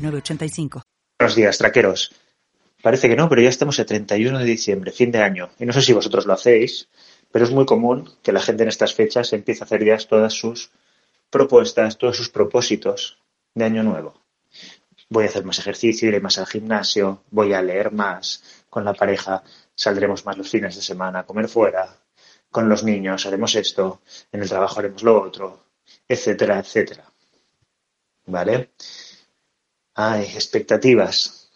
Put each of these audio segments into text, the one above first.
985. Buenos días, traqueros. Parece que no, pero ya estamos el 31 de diciembre, fin de año. Y no sé si vosotros lo hacéis, pero es muy común que la gente en estas fechas empiece a hacer ya todas sus propuestas, todos sus propósitos de año nuevo. Voy a hacer más ejercicio, iré más al gimnasio, voy a leer más con la pareja, saldremos más los fines de semana a comer fuera, con los niños haremos esto, en el trabajo haremos lo otro, etcétera, etcétera. ¿Vale? Ay, expectativas.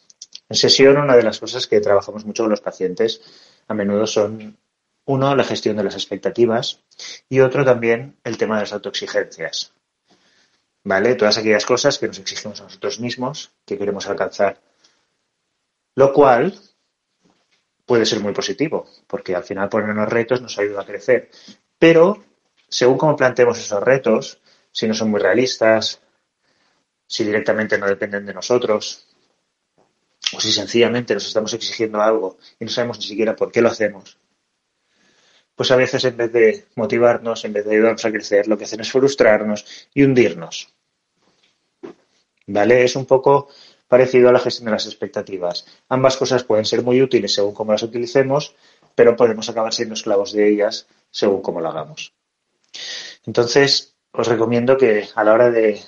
En sesión, una de las cosas que trabajamos mucho con los pacientes a menudo son, uno, la gestión de las expectativas y otro también el tema de las autoexigencias. ¿Vale? Todas aquellas cosas que nos exigimos a nosotros mismos, que queremos alcanzar. Lo cual puede ser muy positivo, porque al final ponernos retos nos ayuda a crecer. Pero, según cómo planteemos esos retos, si no son muy realistas, si directamente no dependen de nosotros, o si sencillamente nos estamos exigiendo algo y no sabemos ni siquiera por qué lo hacemos, pues a veces en vez de motivarnos, en vez de ayudarnos a crecer, lo que hacen es frustrarnos y hundirnos. ¿Vale? Es un poco parecido a la gestión de las expectativas. Ambas cosas pueden ser muy útiles según cómo las utilicemos, pero podemos acabar siendo esclavos de ellas según cómo lo hagamos. Entonces, os recomiendo que a la hora de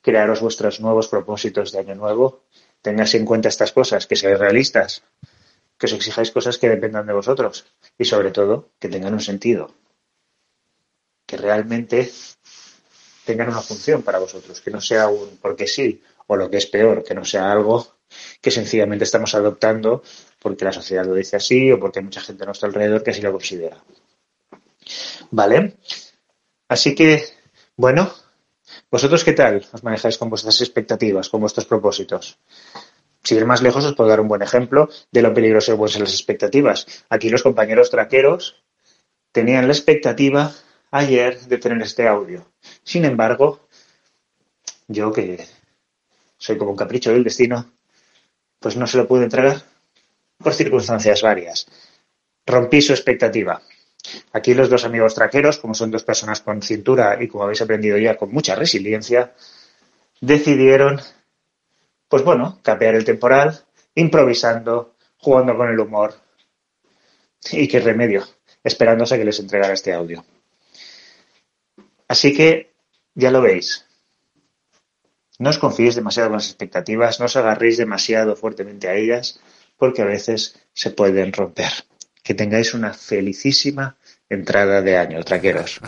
crearos vuestros nuevos propósitos de año nuevo, tengáis en cuenta estas cosas, que seáis realistas, que os exijáis cosas que dependan de vosotros y sobre todo que tengan un sentido, que realmente tengan una función para vosotros, que no sea un porque sí o lo que es peor, que no sea algo que sencillamente estamos adoptando porque la sociedad lo dice así o porque hay mucha gente a nuestro alrededor que así lo considera. ¿Vale? Así que, bueno, ¿Vosotros qué tal os manejáis con vuestras expectativas, con vuestros propósitos? Si ir más lejos, os puedo dar un buen ejemplo de lo peligroso que pueden ser las expectativas. Aquí los compañeros traqueros tenían la expectativa ayer de tener este audio. Sin embargo, yo que soy como un capricho del destino, pues no se lo pude entregar por circunstancias varias. Rompí su expectativa. Aquí los dos amigos traqueros, como son dos personas con cintura y como habéis aprendido ya con mucha resiliencia, decidieron, pues bueno, capear el temporal, improvisando, jugando con el humor. Y qué remedio, esperándose a que les entregara este audio. Así que, ya lo veis. No os confiéis demasiado con las expectativas, no os agarréis demasiado fuertemente a ellas, porque a veces se pueden romper que tengáis una felicísima entrada de año, traqueros.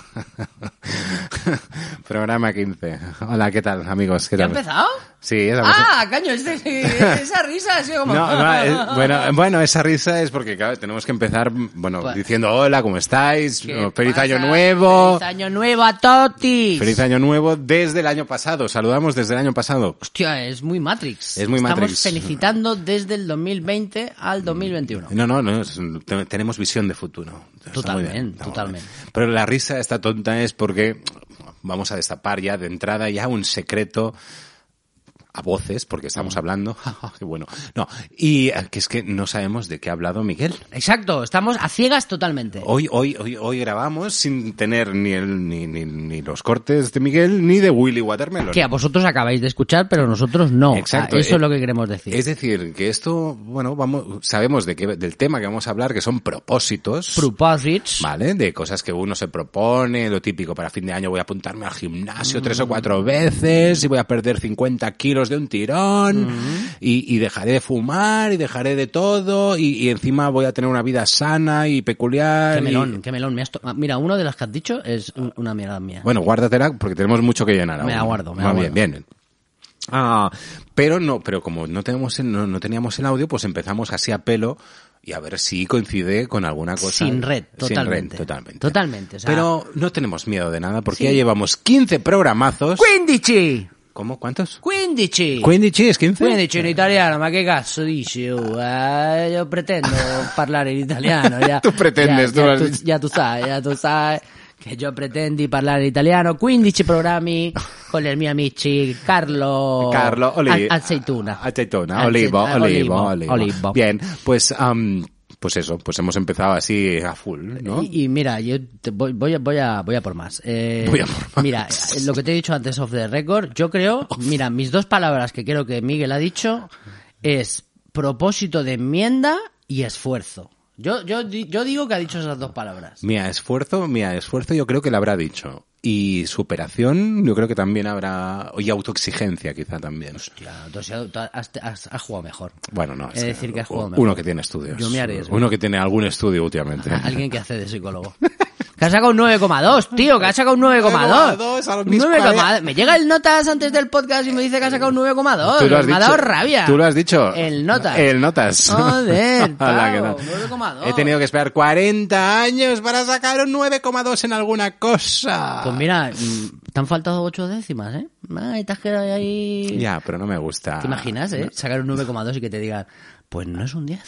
Programa 15. Hola, ¿qué tal, amigos? ¿Qué ¿Ya tal? ha empezado? Sí, es la Ah, caño, este- esa risa ha sido como... No, no, es- bueno, bueno, esa risa es porque, claro, tenemos que empezar, bueno, Bueno. diciendo hola, ¿cómo estáis? Oh, ¿Qué Feliz año pasa? nuevo. ¡Feliz año nuevo a Totis! Feliz año nuevo desde el año pasado. Saludamos desde el año pasado. Hostia, es muy Matrix. Es muy Estamos Matrix. Mm, felicitando desde el 2020 al 2021. No, no, no, es un- te- tenemos visión de futuro. Está Totalmente, muy bien, está muy totalmente. bien. Pero la risa esta tonta es porque vamos a destapar ya de entrada ya un secreto a voces, porque estamos hablando, Ah, qué bueno. No, y eh, que es que no sabemos de qué ha hablado Miguel. Exacto, estamos a ciegas totalmente. Hoy, hoy, hoy, hoy grabamos sin tener ni, el, ni, ni, ni los cortes de Miguel ni de Willy Watermelon. Que a vosotros acabáis de escuchar, pero nosotros no. Exacto, Ah, Eso eh, es lo que queremos decir. Es decir, que esto, bueno, vamos, sabemos de qué, del tema que vamos a hablar, que son propósitos. Propósitos. ¿Vale? De cosas que uno se propone, lo típico para fin de año voy a apuntarme al gimnasio tres o cuatro veces y voy a perder 50 kilos de un tirón y, y dejaré de fumar y dejaré de todo y, y encima voy a tener una vida sana y peculiar. Qué y- melón, qué melón. Me has to- ah, Mira, uno de las que has dicho es un- una mierda mía. Bueno, guárdatela porque tenemos mucho que llenar. Me aún. la guardo, me Va la bien, guardo. bien. Ah, pero no, pero como no tenemos el- no, no teníamos el audio, pues empezamos así a pelo y a ver si coincide con alguna cosa. Sin red, Sin totalmente. totalmente. Totalmente, o sea- pero no tenemos miedo de nada porque Sí. ya llevamos 15 programazos ¡Quindichi! ¿Cómo? ¿Cuántos? 15. 15, es 15. Quindici in italiano, ma che cazzo dici? oh, eh, io pretendo parlare in italiano. Ya, Tu pretendes, ya, tu ya has tu, dicho. ya tu sai, ya tu sai che io pretendi parlare in italiano. 15 programmi con i miei amici Carlo, Carlo, Oli- Al- Aceituna. Aceituna, Ace- olivo, ah, olivo, olivo, olivo, olivo. Bien, pues, am, pues eso, pues hemos empezado así a full, ¿no? Y, y mira, yo te voy, voy, a, voy, a, voy a por más. Eh, Voy a por más. Mira, eh, lo que te he dicho antes off the record, yo creo, mira, mis dos palabras que creo que Miguel ha dicho es propósito de enmienda y esfuerzo. Yo, yo, di- yo digo que ha dicho esas dos palabras. Mira, esfuerzo, mira, esfuerzo yo creo que le habrá dicho. Y superación, yo creo que también habrá. Y autoexigencia, quizá también. Hostia, tú has, tú has- has- has jugado mejor. Bueno, no. Es decir, que has jugado uno mejor. que tiene estudios. Yo me arriesgo. Uno que tiene algún estudio últimamente. Alguien que hace de psicólogo. Que ha sacado un 9,2, tío, que ha sacado un 9,2. 9,2 a los mis 9,2. cuarenta. Me llega el notas antes del podcast y me dice que ha sacado un 9,2. Tú lo has Oh, Pues me ha dicho. dado rabia. Tú lo has dicho. El notas. El notas. Joder, pavo, Ala, que no. 9,2. He tenido que esperar 40 años para sacar un 9,2 en alguna cosa. Pues mira, mm, te han faltado ocho décimas, ¿eh? Ay, te has quedado ahí... Ya, pero no me gusta. ¿Te imaginas, eh? Sacar un 9,2 y que te digan, pues no es un 10.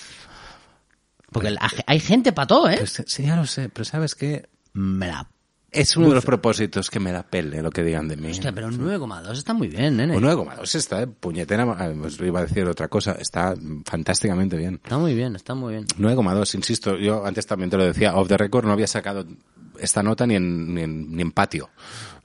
Porque la- hay gente para todo, ¿eh? Pues, sí, ya lo sé, pero ¿sabes qué? Me la... Es uno de los propósitos que me da pele lo que digan de mí. Hostia, pero un 9,2 está muy bien, nene. Un 9,2 está de puñetera. ah, Os iba a decir otra cosa. Está fantásticamente bien. Está muy bien, está muy bien. 9,2, insisto. Yo antes también te lo decía. Off the record no había sacado esta nota ni en, ni en, ni en patio.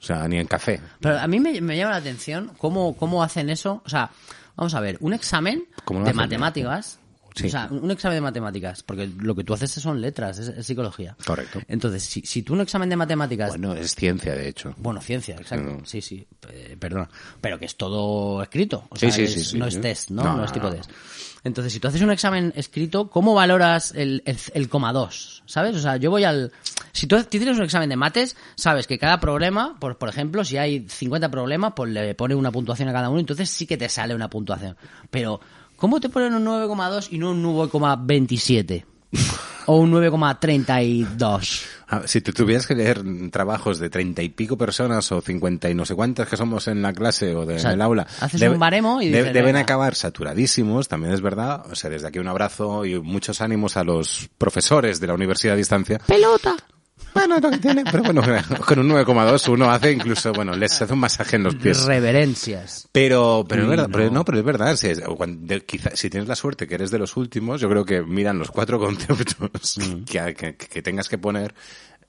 O sea, ni en café. Pero a mí me, me llama la atención cómo, cómo hacen eso. O sea, vamos a ver, un examen ¿Cómo lo de hacen? matemáticas. Sí. O sea, un un examen de matemáticas, porque lo que tú haces son letras, es, es psicología. Correcto. Entonces, si, si tú un examen de matemáticas Bueno, es ciencia, de hecho. Bueno, ciencia, exacto. Sí, sí, eh, perdona. Pero que es todo escrito. O Sí, sea, sí, es- sí, sí, no sí. es test, ¿no? No, No, no, es tipo no. test. Entonces, si tú haces un examen escrito, ¿cómo valoras el, el, el coma 2? ¿Sabes? O sea, yo voy al... Si tú tienes un examen de mates, sabes que cada problema, por, por ejemplo, si hay 50 problemas, pues le pone una puntuación a cada uno, entonces sí que te sale una puntuación. Pero, ¿cómo te ponen un 9,2 y no un 9,27? o un 9,32. Ah, si te tuvieras que leer trabajos de treinta y pico personas o cincuenta y no sé cuántas que somos en la clase o, de, sea, en el aula, haces un baremo y de- dices, deben venga. acabar saturadísimos, también es verdad. O sea, desde aquí un abrazo y muchos ánimos a los profesores de la universidad a distancia. ¡Pelota! Bueno, es lo que tiene, pero bueno, con un 9,2 uno hace incluso, bueno, les hace un masaje en los pies. Reverencias. Pero, pero, es verdad, mm, no. pero no, pero es verdad. Si, es- o cuan- de- quizá- si tienes la suerte que eres de los últimos, yo creo que miran los cuatro conceptos Mm. que, que- que tengas que poner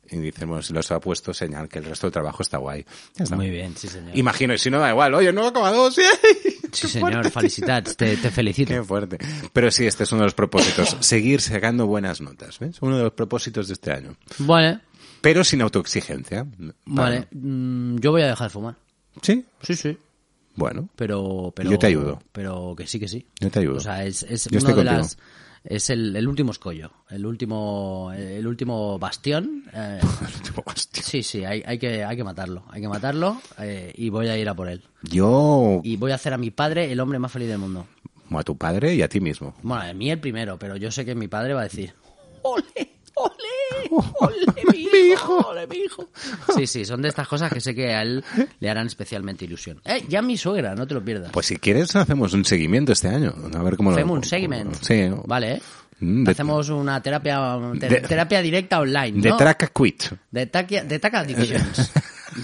y dicen, bueno, si los ha puesto, señal que el resto del trabajo está guay. Ya está. Muy bien, sí, señor. Imagino, y si no, da igual. Oye, 9,2, ¡eh! Sí, señor, felicitats, te, te felicito. Qué fuerte. Pero sí, este es uno de los propósitos. Seguir sacando buenas notas, ¿ves? Uno de los propósitos de este año. Vale, Pero sin autoexigencia. vale. Mm, yo voy a dejar de fumar. ¿Sí? pues, Sí, sí. Bueno, Pero, pero. Yo te ayudo. Pero que sí, que sí. yo te ayudo. O sea, es, es Yo uno estoy de contigo. las. Es el, el último escollo, el último, el último bastión. eh, Hostia. sí, sí, hay, hay que, hay que matarlo, hay que matarlo eh, y voy a ir a por él. Yo, Y voy a hacer a mi padre el hombre más feliz del mundo. como a tu padre y a ti mismo. Bueno, a mí el primero, pero yo sé que mi padre va a decir, ¡Ole! ¡Ole! ¡Ole, mi hijo! ¡Ole, mi hijo! Sí, sí, son de estas cosas que sé que a él le harán especialmente ilusión. Eh, ya mi suegra, no te lo pierdas. Pues si quieres hacemos un seguimiento este año, a ver cómo lo Hacemos un segment. Sí. Vale, ¿eh? Mm, de- Hacemos una terapia te- de- terapia directa online, De ¿no? track a quit. de, taquia- de Taca Divisions.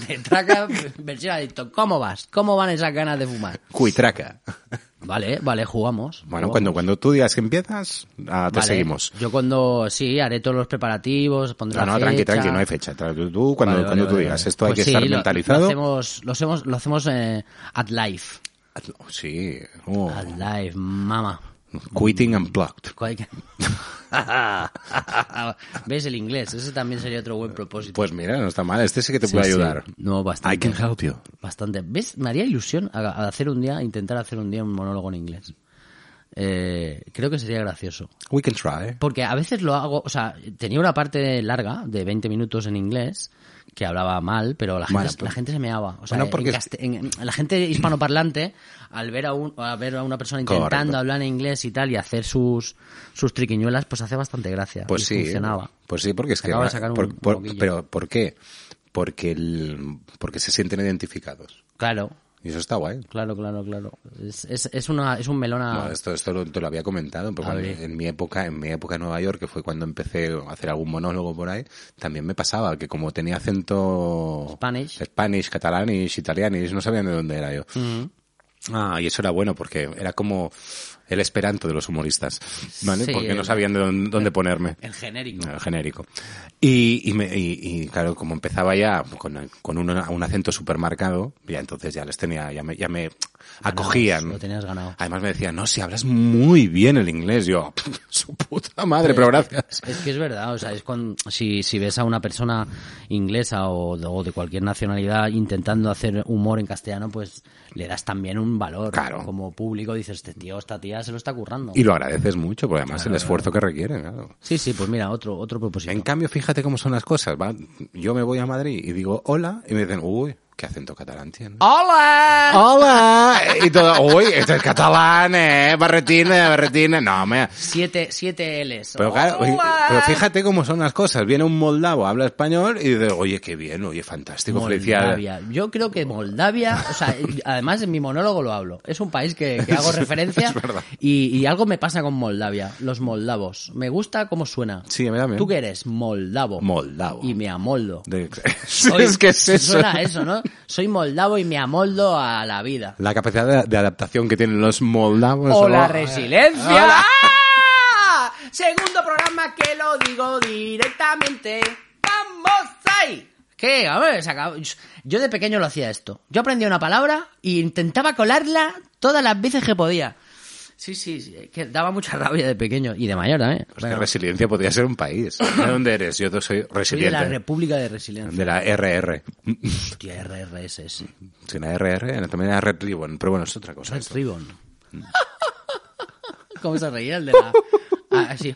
De Traca versión adicto. ¿Cómo vas? ¿Cómo van esas ganas de fumar? Cuitraca. Vale, vale, jugamos. Bueno, jugamos. cuando, cuando tú digas que empiezas, ah, te Vale, seguimos. Yo cuando, sí, haré todos los preparativos, pondré No, la no, tranqui, fecha. tranqui, no hay fecha. Tra- Tú, tú, cuando, Vale, vale, cuando tú vale, digas, vale. esto hay Pues que sí, estar lo- mentalizado. Lo hacemos, lo hacemos, lo hacemos eh, at life. Hazlo. Sí. Oh. At life, mama. Quitting unplugged. Cual- ¿Ves el inglés? Ese también sería otro buen propósito. Pues mira, no está mal. Este sí que te Sí, puede sí. ayudar. No, bastante. I can help you. Bastante. ¿Ves? Me haría ilusión a- a hacer un día, intentar hacer un día un monólogo en inglés. Eh, creo que sería gracioso. We can try. Porque a veces lo hago, o sea, tenía una parte larga de 20 minutos en inglés que hablaba mal, pero la gente, Bueno, pero- la gente se meaba. O sea, pues Bueno, en porque- caste- en- en- la gente hispanoparlante, al ver a, un, a ver a una persona intentando Correcto. hablar en inglés y tal y hacer sus, sus triquiñuelas, pues hace bastante gracia. Pues y sí, Funcionaba. pues sí, porque es que... Acaba de va- sacar un- un poquillo. pero ¿por qué? Porque, el, porque se sienten identificados. Claro. Y eso está guay. Claro, claro, claro. Es, es, es una, es un melón a... No, esto, esto lo, te lo había comentado, porque A ver. en, en mi época, en mi época en Nueva York, que fue cuando empecé a hacer algún monólogo por ahí, también me pasaba que como tenía acento Spanish. Spanish, catalanish, italianish, no sabían de dónde era yo. Ah, y eso era bueno porque era como el esperanto de los humoristas, ¿vale? Sí, porque el- no sabían de dónde, dónde ponerme. El genérico. No, genérico. Y, y, me- y- y, claro, como empezaba ya con, con un, un acento súper marcado, ya entonces ya les tenía, ya me, ya me acogían. Lo tenías ganado. Además me decían, no, si hablas muy bien el inglés. Yo, su puta madre, pero gracias. Es que es verdad, o sea, es cuando, si, si ves a una persona inglesa o, de- o de cualquier nacionalidad intentando hacer humor en castellano, pues le das también un valor. Claro. Como público dices, este tío, esta tía se lo está currando. Y lo agradeces mucho, porque además el esfuerzo que requieren, claro. Sí, sí, pues mira, otro, otro propósito. En cambio, fíjate cómo son las cosas. ¿va? Yo me voy a Madrid y digo hola y me dicen, uy, qué acento catalán tiene. ¡Hola! ¡Hola! Y todo, uy, este es catalán, eh, barretina, barretina. No, me... Siete, siete L's. oh, Pero claro, oye, ¡Hola! pero fíjate cómo son las cosas. Viene un moldavo, habla español y dice, oye, qué bien, oye, fantástico, felicidades. Moldavia. Yo creo que Moldavia, o sea, además en mi monólogo lo hablo. Es un país que, que hago referencia es verdad. y, y algo me pasa con Moldavia, los moldavos. Me gusta cómo suena. Sí, a mí también. Tú que eres moldavo. Moldavo. Y me amoldo. De- Soy- es que es eso. Suena a eso, ¿no? Soy moldavo y me amoldo a la vida. La capacidad de, de adaptación que tienen los moldavos. o la Oh. resiliencia. Hola. ¡Ah! Segundo programa que lo digo directamente. ¡Vamos ahí! ¿Qué? A ver, se acabó. Yo de pequeño lo hacía esto. Yo aprendía una palabra e intentaba colarla todas las veces que podía. Sí, sí, sí, que daba mucha rabia de pequeño y de mayor también. Pues Bueno, que resiliencia podría ser un país. ¿De dónde eres? Yo soy soy de resiliente. la República de Resiliencia. De la RR. Hostia, RRSS. Sí, la RR, también era Red Ribbon, pero bueno, es otra cosa. Red esto. Ribbon. ¿Cómo se reía el de la... Ah, así.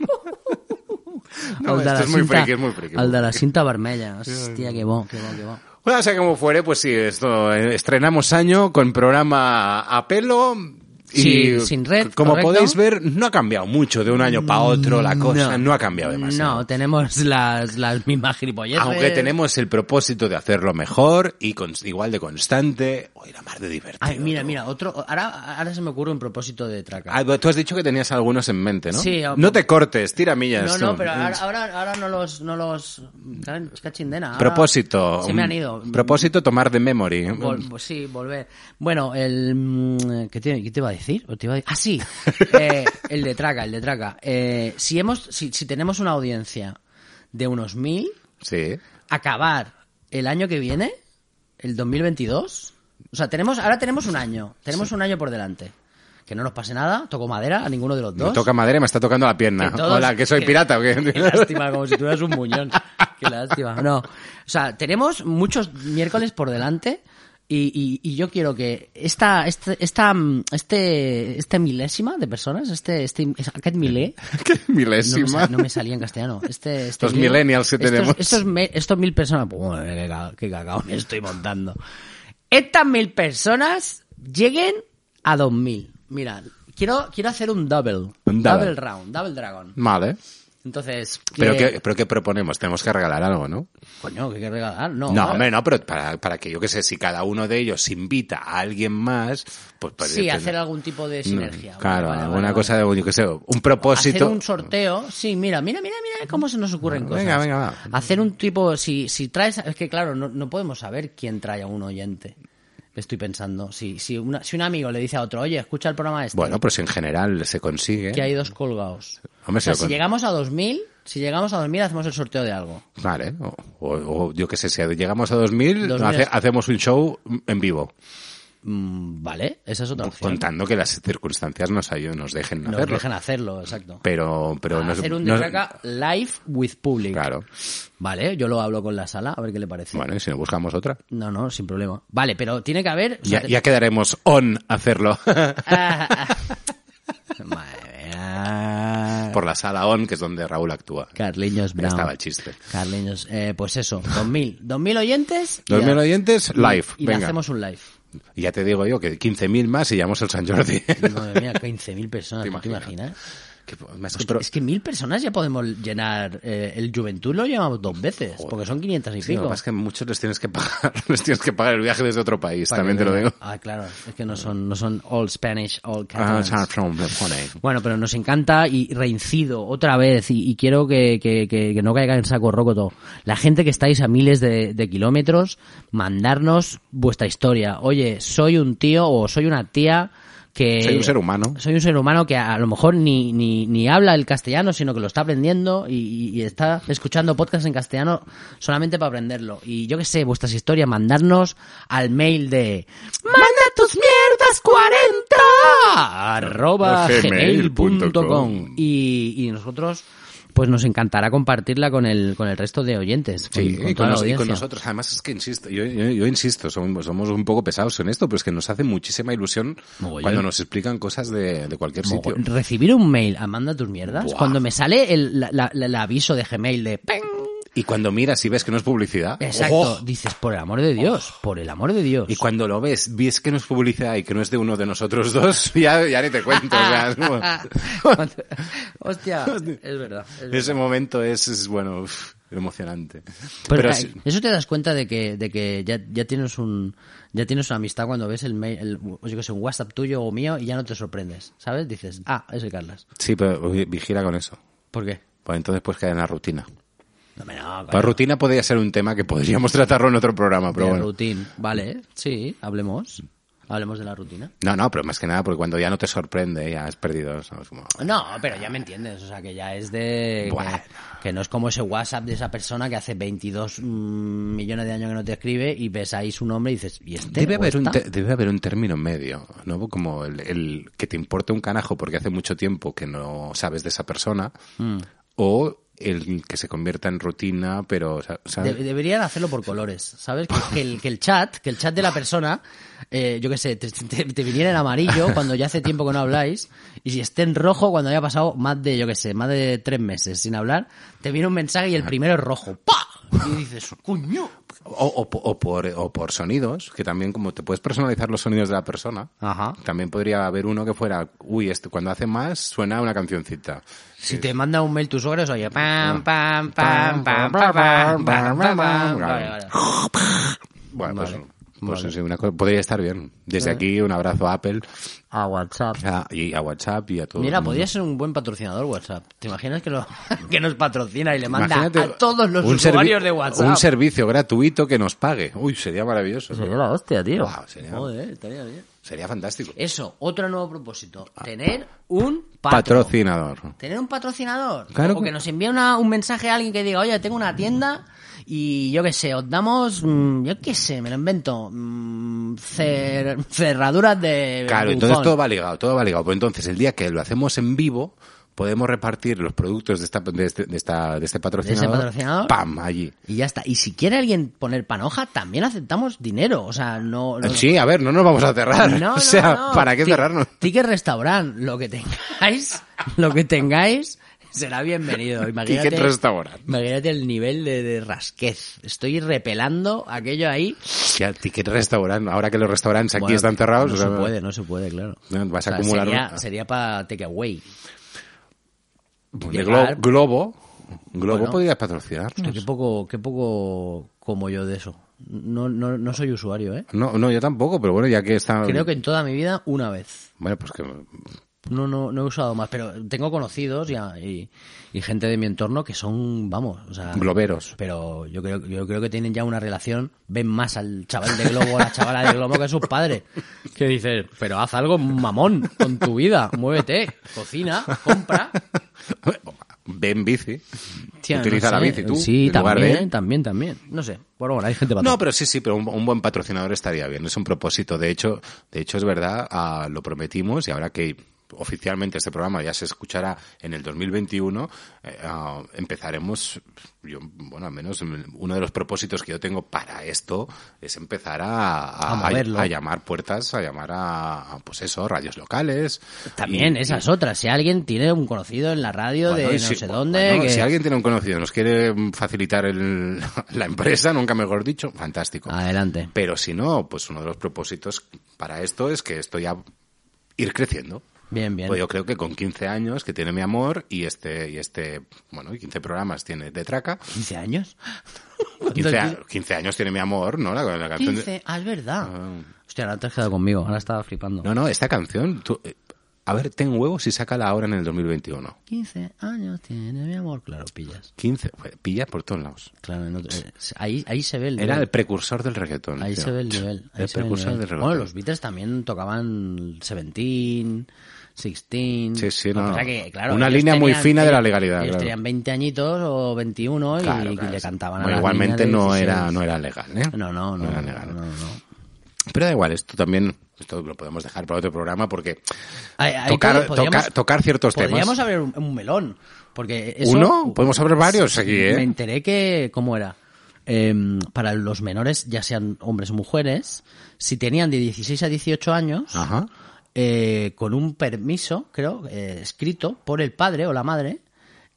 No, de esto la es muy cinta- friki, es muy friki. Al de la cinta vermella. Hostia, qué bon, qué bon, qué bon. Bueno, sea como fuere, pues sí, esto eh, estrenamos año con programa a pelo. Y Sí, sin red, Como correcto. podéis ver, no ha cambiado mucho de un año para otro la cosa, no, ha cambiado demasiado. No, tenemos las, las mismas gilipolleces. Aunque tenemos el propósito de hacerlo mejor y con- igual de constante, o la mar de divertido. Ay, mira, tú. mira, otro... Ahora, ahora se me ocurre un propósito de traca. Ah, tú has dicho que tenías algunos en mente, ¿no? Sí, o- no te cortes, tira millas. No, tú. no, pero ahora, ahora, ahora no los... No los claro, es cachindena. ahora Mm, Propósito. mm, Se me han ido. Propósito tomar de memory. Vol- pues sí, volver. Bueno, el... mm, ¿Qué te, qué te iba a decir? ¿O te iba a de- Ah, sí. Eh, el de traca, el de traca. Eh, si, hemos, si, si tenemos una audiencia de unos mil, Sí. acabar el año que viene, el 2022. O sea, tenemos, ahora tenemos un año. Tenemos un año por delante. Que no nos pase nada, toco madera a ninguno de los dos. Me toca madera y me está tocando la pierna. Que todos- Hola, que soy pirata o qué? lástima, como si tuvieras un muñón. Qué lástima. No. O sea, tenemos muchos miércoles por delante y, y- y yo quiero que esta, este, esta, mm, este, este milésima de personas, este, este, aquest milé, Qué no me, milésima. sa- no me salía en castellano. Este, este Los millennials que estos- tenemos. Estos, me- estos mil personas. pues, Bueno, qué ca- qué cagao me estoy montando. Estas mil personas lleguen a dos mil. Mira, quiero, quiero hacer un double. Un double. round, double dragon. Vale. Entonces, ¿eh? eh, Pero, que- ¿qué, pero ¿qué proponemos? Tenemos que regalar algo, ¿no? Coño, que hay que regalar. No, No, vale. hombre, no, pero para, para que yo que sé, si cada uno de ellos invita a alguien más, pues... pues, Sí, pues, hacer algún tipo de no. sinergia. Vale, Claro, vale, alguna vale, cosa vale. de, yo que sé, un Hacer propósito... un sorteo, sí, mira, mira, mira, mira cómo se nos ocurren Bueno, venga, cosas. venga, va. Hacer un tipo, si, si traes, es que claro, no, no podemos saber quién trae a un oyente. Estoy pensando, si, si, una- si un amigo le dice a otro, oye, escucha el programa este, Bueno, pues en general se consigue. que hay dos colgados. Hombre, o sea, se lo si con- llegamos a 2000, si llegamos a 2000 hacemos el sorteo de algo. Vale, o, o- o yo que sé, si llegamos a 2000, 2000. hace- hacemos un show en vivo, Mm, vale, esa es otra opción. contando que las circunstancias nos, ayuden- nos dejen Nos Pues hacerlo. dejan hacerlo, exacto. Pero, pero nos- hacer un nos- Detraca live with public. Claro. Vale, yo lo hablo con la sala, a ver qué le parece. Bueno, y si no buscamos otra. No, no, sin problema. Vale, pero tiene que haber... o Ya, sea, te- ya quedaremos on hacerlo Ah, ah. Madre mía. por la sala on, que es donde Raúl actúa. Carliños Ya Brown. estaba el chiste. Carliños, eh, pues eso, 2000. 2000 oyentes. y 2000 ya. oyentes, live. Y le Venga. hacemos un live. Y Ya te digo yo que 15.000 más y llamamos el San Jordi. Madre mía, 15.000 personas, ¿Te ¿tú ¿te imaginas? Que, me Es estás que, pro- es que mil personas ya podemos llenar eh, el Juventud, lo llevamos dos veces, porque son 500 y Sí, lo que pico. pasa es que muchos les tienes que pagar, les tienes que pagar el viaje desde otro país, Para también te que lo no- digo. Ah, claro, es que no son, no son all Spanish, all Ah, Catalans. Charleston, me pone. Bueno, pero nos encanta y reincido otra vez y, y quiero que, que- que- que no caiga en saco rocoto. La gente que estáis a miles de, de kilómetros, mandarnos vuestra historia. Oye, soy un tío o soy una tía que... Soy un ser humano. Soy un ser humano que a lo mejor ni, ni, ni habla el castellano, sino que lo está aprendiendo y, y- y está escuchando podcasts en castellano solamente para aprenderlo. Y yo qué sé, vuestras historias, mandarnos al mail de... ¡Manda tus mierdas 40! arroba gmail.com. gmail.com y, y nosotros pues nos encantará compartirla con el con el resto de oyentes con, Sí, con y con, toda la nos- y con audiencia. nosotros. Además, es que insisto, yo, yo- yo insisto, somos, somos un poco pesados en esto, pero es que nos hace muchísima ilusión Mogollón. cuando nos explican cosas de, de cualquier Mogo- sitio. recibir un mail a manda tus mierdas Buah. cuando me sale el, la- la- la- el aviso de Gmail de ¡ping! Y cuando miras y ves que no es publicidad. exacto ¡ojo! dices por el amor de Dios por el amor de Dios Y cuando lo ves, ves que no es publicidad y que no es de uno de nosotros dos, ya, ya ni te cuento. o sea, es como- hostia es verdad, es verdad. ese momento es, es, bueno, uf, emocionante. Pero, Pero ca- sí- eso te das cuenta de que, de que ya, ya tienes un ya tienes una amistad cuando ves el mail, el, yo que sé, un WhatsApp tuyo o mío y ya no te sorprendes, ¿sabes? Dices, ah, es el Carlas. sí, pero vi- vigila con eso. ¿Por qué? Pues entonces pues cae en la rutina. No me no, La rutina podría ser un tema que podríamos tratarlo en otro programa, pero bueno. rutina. Vale, sí, hablemos. Hablemos de la rutina. No, no, pero más que nada porque cuando ya no te sorprende, ya has perdido. ¿sabes? Como- No, pero ya me entiendes, o sea, que ya es de... Bueno. Que, que no es como ese WhatsApp de esa persona que hace 22 mm, millones de años que no te escribe y ves ahí su nombre y dices, ¿y este? Debe o haber, un esta? te- debe haber un término medio, ¿no? Como el, el que te importa un canajo porque hace mucho tiempo que no sabes de esa persona, Mm. o el que se convierta en rutina, pero... o sea, ¿sabes? De- deberían hacerlo por colores, ¿sabes? Que, que el, que el chat, que el chat de la persona, eh, yo qué sé, te, te- te viniera en amarillo cuando ya hace tiempo que no habláis, y si esté en rojo cuando haya pasado más de, yo qué sé, más de tres meses sin hablar, te viene un mensaje Ah. y el primero es rojo. ¡Pah! Y dices, ¡cuño! O, o po- o por, o por sonidos, que también como te puedes personalizar los sonidos de la persona, Ajá. también podría haber uno que fuera, uy, este, cuando hace más suena una cancioncita. Si te manda un mail tus suegros, oye, pam, pam, pam, pam, pam, pam, pam, pam, pam. Vale, vale. Bueno, pues, Vale, pues vale. sí, una cosa- podría estar bien. Desde aquí, un abrazo a Apple A WhatsApp. a- y a WhatsApp y a todo. Mira, el mundo. podría ser un buen patrocinador WhatsApp. ¿Te imaginas que, lo, que nos patrocina y le manda Imagínate a todos los un usuarios servi- de WhatsApp? Un servicio gratuito que nos pague. Uy, sería maravilloso. Sería la hostia, tío. Guau, sería- Joder, estaría bien. Sería fantástico. Eso, otro nuevo propósito. Tener un patro. Patrocinador. Tener un patrocinador. Claro o que- que nos envíe una- un mensaje a alguien que diga, oye, tengo una tienda y yo qué sé, os damos, mm, yo qué sé, me lo invento, mm, cer- cerraduras de... Claro, buzón". entonces todo va ligado, todo va ligado. Pues entonces el día que lo hacemos en vivo, podemos repartir los productos de, esta, de, este, de esta- de este patrocinador. patrocinador? ¡Pam! Allí. Y ya está. Y si quiere alguien poner panoja, también aceptamos dinero. O sea, no... no- Sí, a ver, no nos vamos a cerrar. No, no, o sea, no. ¿para qué Ti- cerrarnos? Ticket restaurant, lo que tengáis, lo que tengáis será bienvenido. Imagínate, Ticket restaurant. Imagínate el nivel de, de rasquez. Estoy repelando aquello ahí. Ya, ticket restaurante. Ahora que los restaurantes aquí Bueno, están cerrados. No o sea, se puede, no se puede, claro. No, vas a acumular Sería, una- sería para takeaway. pues de llegar. Glo- Globo. Globo Bueno. podría patrocinarnos. Hostia, Qué poco, qué poco como yo de eso. No, no, no soy usuario, ¿eh? No, no, yo tampoco, pero bueno, ya que está. Creo que en toda mi vida una vez. Bueno, pues que. No, no, no he usado más, pero tengo conocidos y, a- y- y gente de mi entorno que son, vamos, o sea, Globeros. pero yo creo, yo creo que tienen ya una relación, ven más al chaval de globo o la chavala de globo que a sus padres. Que dices, pero haz algo mamón con tu vida, muévete, cocina, compra. Ven bici. Tía, no Utiliza la sé. bici tú. Sí, en lugar de- también, también, también. No sé, bueno, bueno, hay gente para No, todo. pero sí, sí, pero un, un buen patrocinador estaría bien. Es un propósito. De hecho, de hecho es verdad, ah, lo prometimos y ahora que oficialmente este programa ya se escuchará en el 2021, eh, ah, empezaremos, yo, bueno, al menos uno de los propósitos que yo tengo para esto es empezar a, A moverlo. a llamar puertas, a llamar a, a, pues eso, radios locales. También Y- esas otras, si alguien tiene un conocido en la radio bueno, de y no si- sé dónde... bueno, que... Si alguien tiene un conocido, nos quiere mm, facilitar el- la empresa, nunca mejor dicho, fantástico. Adelante. Pero si no, pues uno de los propósitos para esto es que esto ya ir creciendo. Bien, bien. Pues yo creo que con 15 años que tiene mi amor y este, y este, bueno, y 15 programas tiene de traca, ¿15 años? 15, a- 15 años tiene mi amor, ¿no? La, la canción de- 15, ah, es verdad. Hostia, ahora te has quedado conmigo, ahora estaba flipando. No, no, esta canción, tú- eh, a ver, ten huevos y sácala ahora en el 2021. 15 años tiene mi amor, claro, pillas. 15, pues, pilla por todos lados. Claro, en otro- eh, ahí, ahí se ve el Era nivel. el precursor del reggaetón. Ahí tío. se ve el nivel. ahí El se ve el precursor nivel. del reggaetón. Bueno, los Beatles también tocaban 17, 16. Sí, sí, Lo que no, pasa no. que, claro, Una ellos línea muy tenían- fina de la ellos- legalidad, Ellos claro. tenían 20 añitos o 21 y, Claro, y claro, le sí. cantaban a Bueno, la Igualmente niña de no era, 16. no era legal, ¿eh? No, no, no. era no, legal. no, no. Pero da igual, esto también, esto lo podemos dejar para otro programa porque Ahí- ahí tocar, podríamos- tocar, tocar ciertos Podríamos temas. abrir un, un melón. Porque eso- ¿Uno? Podemos abrir varios aquí, ¿eh? Me enteré que, ¿cómo era? Em, para los menores, ya sean hombres o mujeres, si tenían de 16 a 18 años, Ajá. eh, con un permiso, creo, eh, escrito por el padre o la madre,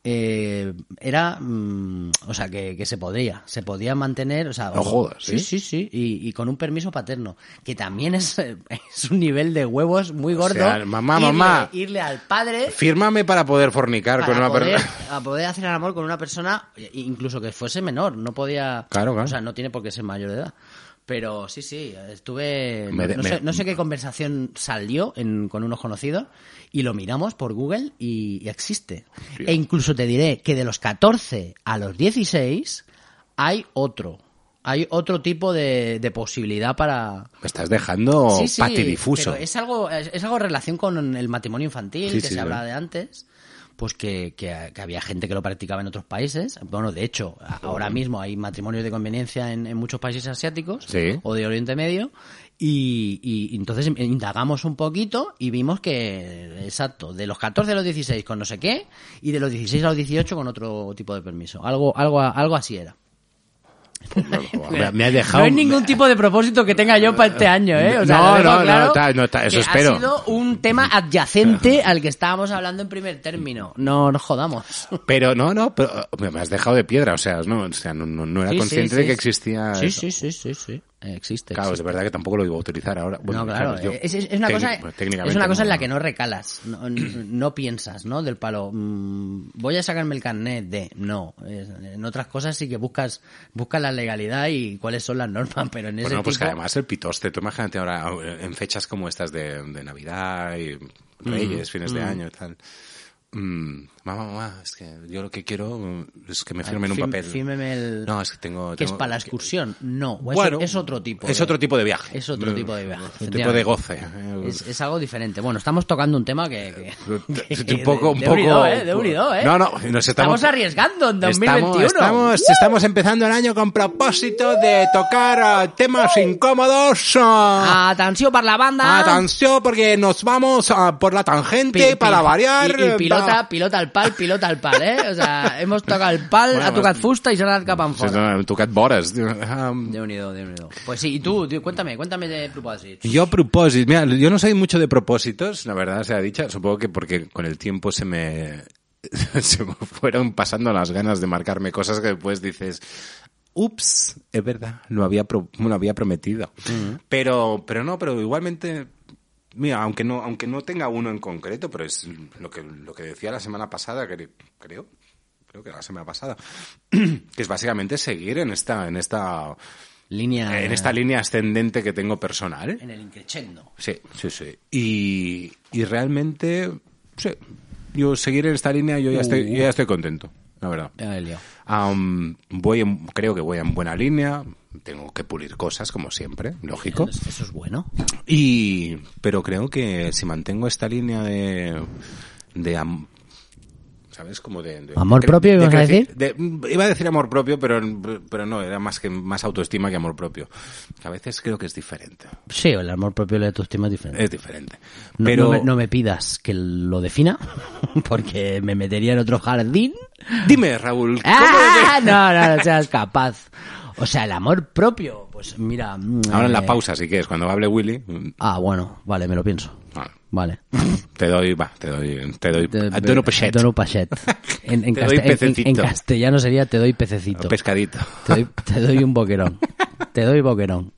eh, era, mm, o sea, que, que se podía, se podía mantener, o sea, No jodas, ¿eh? sí, ¿sí? sí, sí, y, y con un permiso paterno, que también es, eh, es un nivel de huevos muy gordo. sea, mamá, irle- mamá. irle al padre Fírmame para poder fornicar con para una poder, persona. a poder hacer el amor con una persona, e- incluso que fuese menor, no podía. Claro, claro. O sea, no tiene por qué ser mayor de edad. Pero sí, sí, estuve. Me de- no, me- sé, no sé qué conversación salió en- con unos conocidos y lo miramos por Google y, y existe. E incluso te diré que de los 14 a los 16 hay otro. Hay otro tipo de- de posibilidad para, Me estás dejando Sí, sí, patidifuso. pero es algo, es, es algo en relación con el matrimonio infantil Sí, que sí, se claro. hablaba de antes. Pues que, que- que había gente que lo practicaba en otros países. Bueno, de hecho, a- ahora mismo hay matrimonios de conveniencia en, en muchos países asiáticos Sí. o de Oriente Medio. Y, y entonces indagamos un poquito y vimos que, exacto, de los 14 a los 16 con no sé qué y de los 16 a los 18 con otro tipo de permiso. Algo, algo, algo así era. me, me has dejado. No hay ningún tipo de propósito que tenga yo para este año, ¿eh? O sea, No, lo dejo no, no, claro tal, no, tal, eso que espero. Ha sido un tema adyacente al que estábamos hablando en primer término. No nos jodamos. Pero no, no, pero uh, me has dejado de piedra, o sea, no, o sea, no, no- no era Sí, consciente sí, de sí, que sí. existía. Sí, eso. sí, sí, sí, sí. Eh, Existe. Claro, es existe. verdad que tampoco lo iba a utilizar ahora. Bueno, no, claro. yo- eh, es, es- es una técnic- cosa, pues, es técnicamente una cosa en la que no recalas, no, no piensas, ¿no? Del palo, mm, voy a sacarme el carnet de... No, Es- en otras cosas sí que buscas, buscas la legalidad y cuáles son las normas, pero en ese Bueno, pues que tipo- además el pitoste, tú imagínate ahora eh, en fechas como estas de, de Navidad y Reyes, fines mm. de año y tal. Mm, mamá, mamá, es que yo lo que quiero mm, es que me firmen un Fir- papel. fírmeme el- No, es que tengo... Ah, que es tengo- para la excursión. No, o es, Bueno, es otro tipo. Es otro tipo de viaje. Es otro tipo de viaje. Un tipo de efectivamente. goce. eh, Es, es algo diferente. Bueno, estamos tocando un tema que. que- que- Eh, un poco, un de- poco. De unido, ¿eh? De unido, ¿eh? No, no, nos estamos. Estamos arriesgando en Estamos, 2021. estamos, estamos empezando el año con propósito de tocar ah, temas incómodos. ah, Atención para la banda. Atención, porque nos vamos ah, por la Pi- tangente pi- para variar. eh, Y, y pilota, va. pilota al pal, pilota al pal, ¿eh? O sea, hemos tocado el pal, Bueno, ha tocat pues- fusta y se n'ha anat cap Sí, enfora. no, tocat vores. Ah, De unido, de unido. Pues sí, y tú, tío, cuéntame, cuéntame de propósito. Yo propósito, mira, yo no soy mucho de propósitos, la verdad sea dicha, supongo que porque con el tiempo se me, se me fueron pasando las ganas de marcarme cosas que después dices, ups, es verdad, lo había, pro- me lo había prometido. Pero, pero no, pero igualmente, mira, aunque no, aunque no tenga uno en concreto, pero es lo que, lo que decía la semana pasada, cre- creo, creo que la semana pasada, que es básicamente seguir en esta, en esta, Línea. Eh, en esta línea ascendente que tengo personal. En el increchendo. Sí, sí, sí. Y, y realmente, sí, yo seguir en esta línea, yo ya estoy, yo ya estoy contento, la verdad. Ya me he liado. Am, voy en- creo que voy en buena línea, tengo que pulir cosas, como siempre, lógico. Eso es bueno. Y, pero creo que si mantengo esta línea de, de am- ¿sabes? Como de, de- ¿Amor de- propio de ibas a creci- decir? de- mm, iba a decir amor propio, pero, pero no, era más que, más autoestima que amor propio. Que a veces creo que es diferente. Sí, el amor propio y la autoestima es diferente. Es diferente. No, Pero, no me, no me pidas que lo defina, porque me metería en otro jardín. Dime, Raúl, ¿cómo ¡Ah! No, no, no seas capaz. O sea, el amor propio, pues mira... mm, de- Ahora en eh, la pausa, si quieres, cuando hable Willy, mm, Ah, bueno, vale, me lo pienso. ah, Vale. te doy, va, te doy, te doy, Te- a Dono Pechet, Dono Pachet. En, en Te doy caste- en- en- pececito. en castellano sería te doy pececito. pescadito. Te doy, te doy un boquerón. Te doy boquerón.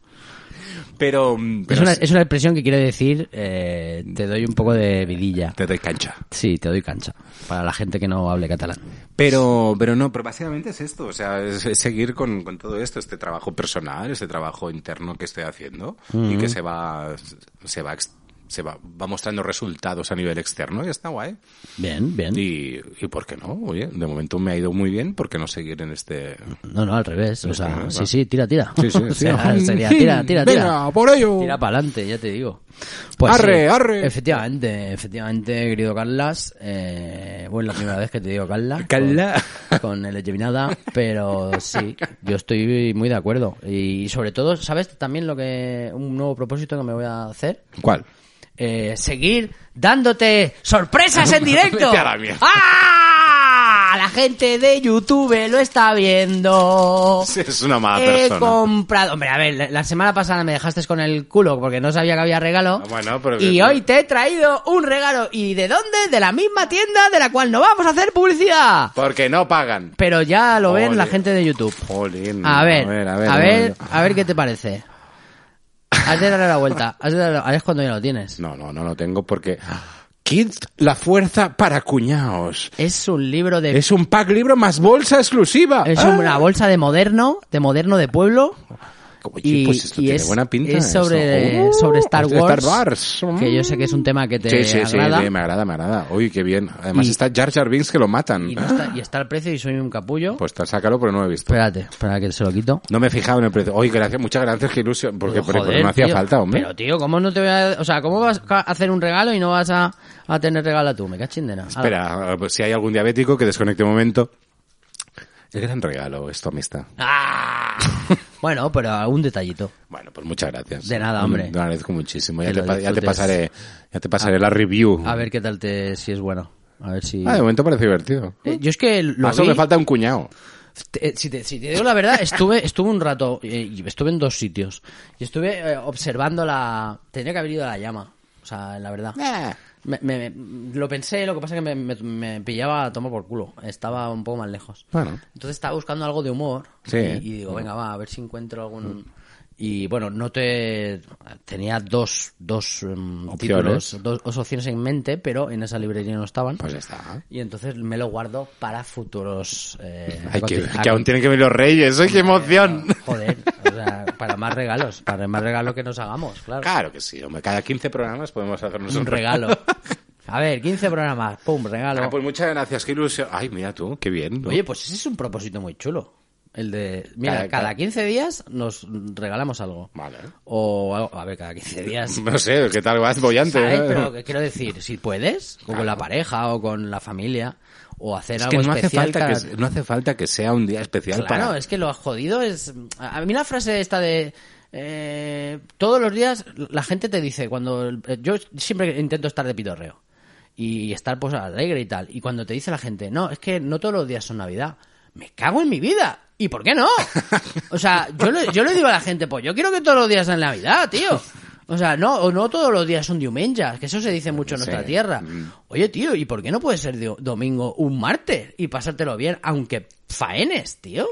Pero, mm, Es pero una, sí, es una expresión que quiere decir eh, te doy un poco de vidilla. te doy cancha. Sí, te doy cancha. Para la gente que no hable catalán. Pero, pero no, pero básicamente es esto, o sea, es, es seguir con, con todo esto, este trabajo personal, este trabajo interno que estoy haciendo y que se va, se va, ex- se va, va mostrando resultados a nivel externo y está guay. Bien, bien. Y, y por qué no, oye, de momento me ha ido muy bien, ¿por qué no seguir en este? No, no, al revés. O Este, sea, va. sí, sí, tira, tira. Sí, sí, O sea, sí. sería, tira, tira, tira. Venga, por ello. Tira para adelante, ya te digo. Pues Arre, sí. arre. Efectivamente, efectivamente, querido Carlas. Eh, bueno, es la primera vez que te digo Carla. Carla. Con, con el Egeminada, pero sí, yo estoy muy de acuerdo. Y sobre todo, ¿sabes también lo que. un nuevo propósito que me voy a hacer? ¿Cuál? Eh, seguir dándote sorpresas en directo. Vete a la mierda. ¡Ah! La gente de YouTube lo está viendo. Sí, es una mala He persona. comprado. Hombre, a ver, la, la semana pasada me dejaste con el culo porque no sabía que había regalo. Ah, bueno, pero y que- hoy te he traído un regalo. ¿Y de dónde? De la misma tienda de la cual no vamos a hacer publicidad. Porque no pagan. Pero ya lo ven la Ole. gente de YouTube. Jolín. A ver, a ver, a ver, a ver, no, qué te parece. Has de darle la vuelta. Has de darle la- Ahí es cuando ya lo tienes. No, no, no lo tengo porque... Kid, la fuerza para cuñaos. Es un libro de. Es un pack libro más bolsa exclusiva. Es Ah. una bolsa de moderno, de moderno de pueblo. Oye, Y, pues esto y tiene es, buena pinta. es sobre, esto. Oh, sobre Star es de Wars. Wars. Que yo sé que es un tema que te Sí, sí, sí, agrada. sí, me agrada, me agrada. Uy, qué bien. Además Y- está Jar Jar Binks que lo matan. y, no está, y está el precio y soy un capullo. Pues está, sácalo, pero no lo he visto. Espérate, espera que se lo quito. No me he fijado en el precio. Oye, gracias, muchas gracias, qué ilusión. Porque, porque Joder, no hacía tío. falta, hombre. Pero tío, ¿cómo no te voy a... O sea, ¿cómo vas a hacer un regalo y no vas a, a tener regalo tú? Me cachis de nada. Espera, pues, si hay algún diabético que desconecte un momento. El gran regalo es tu amistad. Ah. bueno, pero un detallito. Bueno, pues muchas gracias. De nada, hombre. Te lo agradezco muchísimo. Ya Que te, lo pa- ya te disfrutes. Ah. pasaré, ya te pasaré la review. A ver qué tal te... si es bueno. A ver si... Ah, de momento parece divertido. Eh, yo es que lo Ah, solo vi- me falta un cuñado. Te- eh, si, te, si te digo la verdad, estuve, estuve un rato, eh, y estuve en dos sitios, y estuve eh, observando la... Tendría que haber ido a la llama, o sea, la verdad. Me- me- me- lo pensé, lo que pasa es que me, me- me pillaba a tomar por culo, estaba un poco más lejos. Bueno. Entonces estaba buscando algo de humor, Sí. y, y digo, venga, va, a ver si encuentro algún... Y bueno, no te... Tenía dos, dos em, Opciones. títulos, dos, dos opciones en mente, pero en esa librería no estaban. Pues ya está. y entonces me lo guardo para futuros... eh, Ay, que, aconte- que aún tienen que venir los reyes. ¡Ay, qué emoción! Joder, o sea, para más regalos, para más regalos que nos hagamos, claro. Claro que sí, hombre. Cada 15 programas podemos hacernos Un regalo. A ver, 15 programas, pum, regalo. Ah, pues muchas gracias, qué ilusión. Ay, mira tú, qué bien. ¿no? Oye, pues ese es un propósito muy chulo. El de, mira, Cada- cada, cada- 15 días nos regalamos algo. Vale. O algo- a ver, cada 15 días. No sé, ¿qué tal vas bollante? ¿sabes? eh? Pero que quiero decir, si puedes, o con la pareja, o con la familia, o hacer Es algo que no hace, especial falta cada- que, no hace falta que sea un día especial Claro, para... es que lo jodido es... A mí la frase esta de... eh, todos los días la gente te dice cuando... eh, Yo siempre intento estar de pitorreo y estar pues alegre y tal. Y cuando te dice la gente, no, es que no todos los días son Navidad. Me cago en mi vida. ¿Y por qué no? O sea, yo le, yo le digo a la gente, pues yo quiero que todos los días sean Navidad, tío. O sea, no, o no todos los días son diumenjas, que eso se dice mucho en nuestra Sí. Mm. tierra. Oye, tío, ¿y por qué no puede ser di- domingo un martes y pasártelo bien, aunque faenes, tío?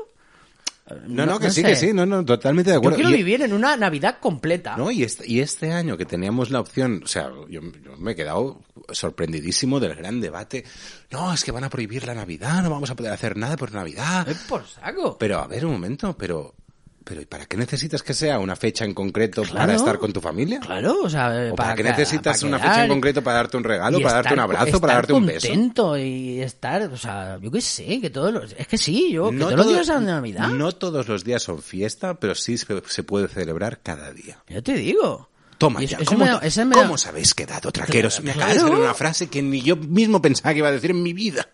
No, no, que sí, sé. que sí, no, no, totalmente de Yo acuerdo. quiero Y- vivir en una Navidad completa. No, y este, y este año que teníamos la opción, o sea, yo, yo me he quedado sorprendidísimo del gran debate. No, es que van a prohibir la Navidad, no vamos a poder hacer nada por Navidad. Es por saco. Pero a ver, un momento, pero, pero ¿y para qué necesitas que sea una fecha en concreto para Claro. estar con tu familia? Claro, o sea, ¿O para, qué para- necesitas para una fecha en quedar? concreto para darte un regalo, Y para darte un estar- abrazo, para estar darte un beso? contento y estar, o sea, yo qué sé, que todos los, es que sí, yo, que todos todo- los días son Navidad. no todos los días son fiesta, pero sí se, se puede celebrar cada día. Yo te digo. Toma Y eso- ya, eso ¿cómo, me da- ese me da- cómo os habéis quedado, traqueros? Me acaba de Claro. salir una frase que ni yo mismo pensaba que iba a decir en mi vida.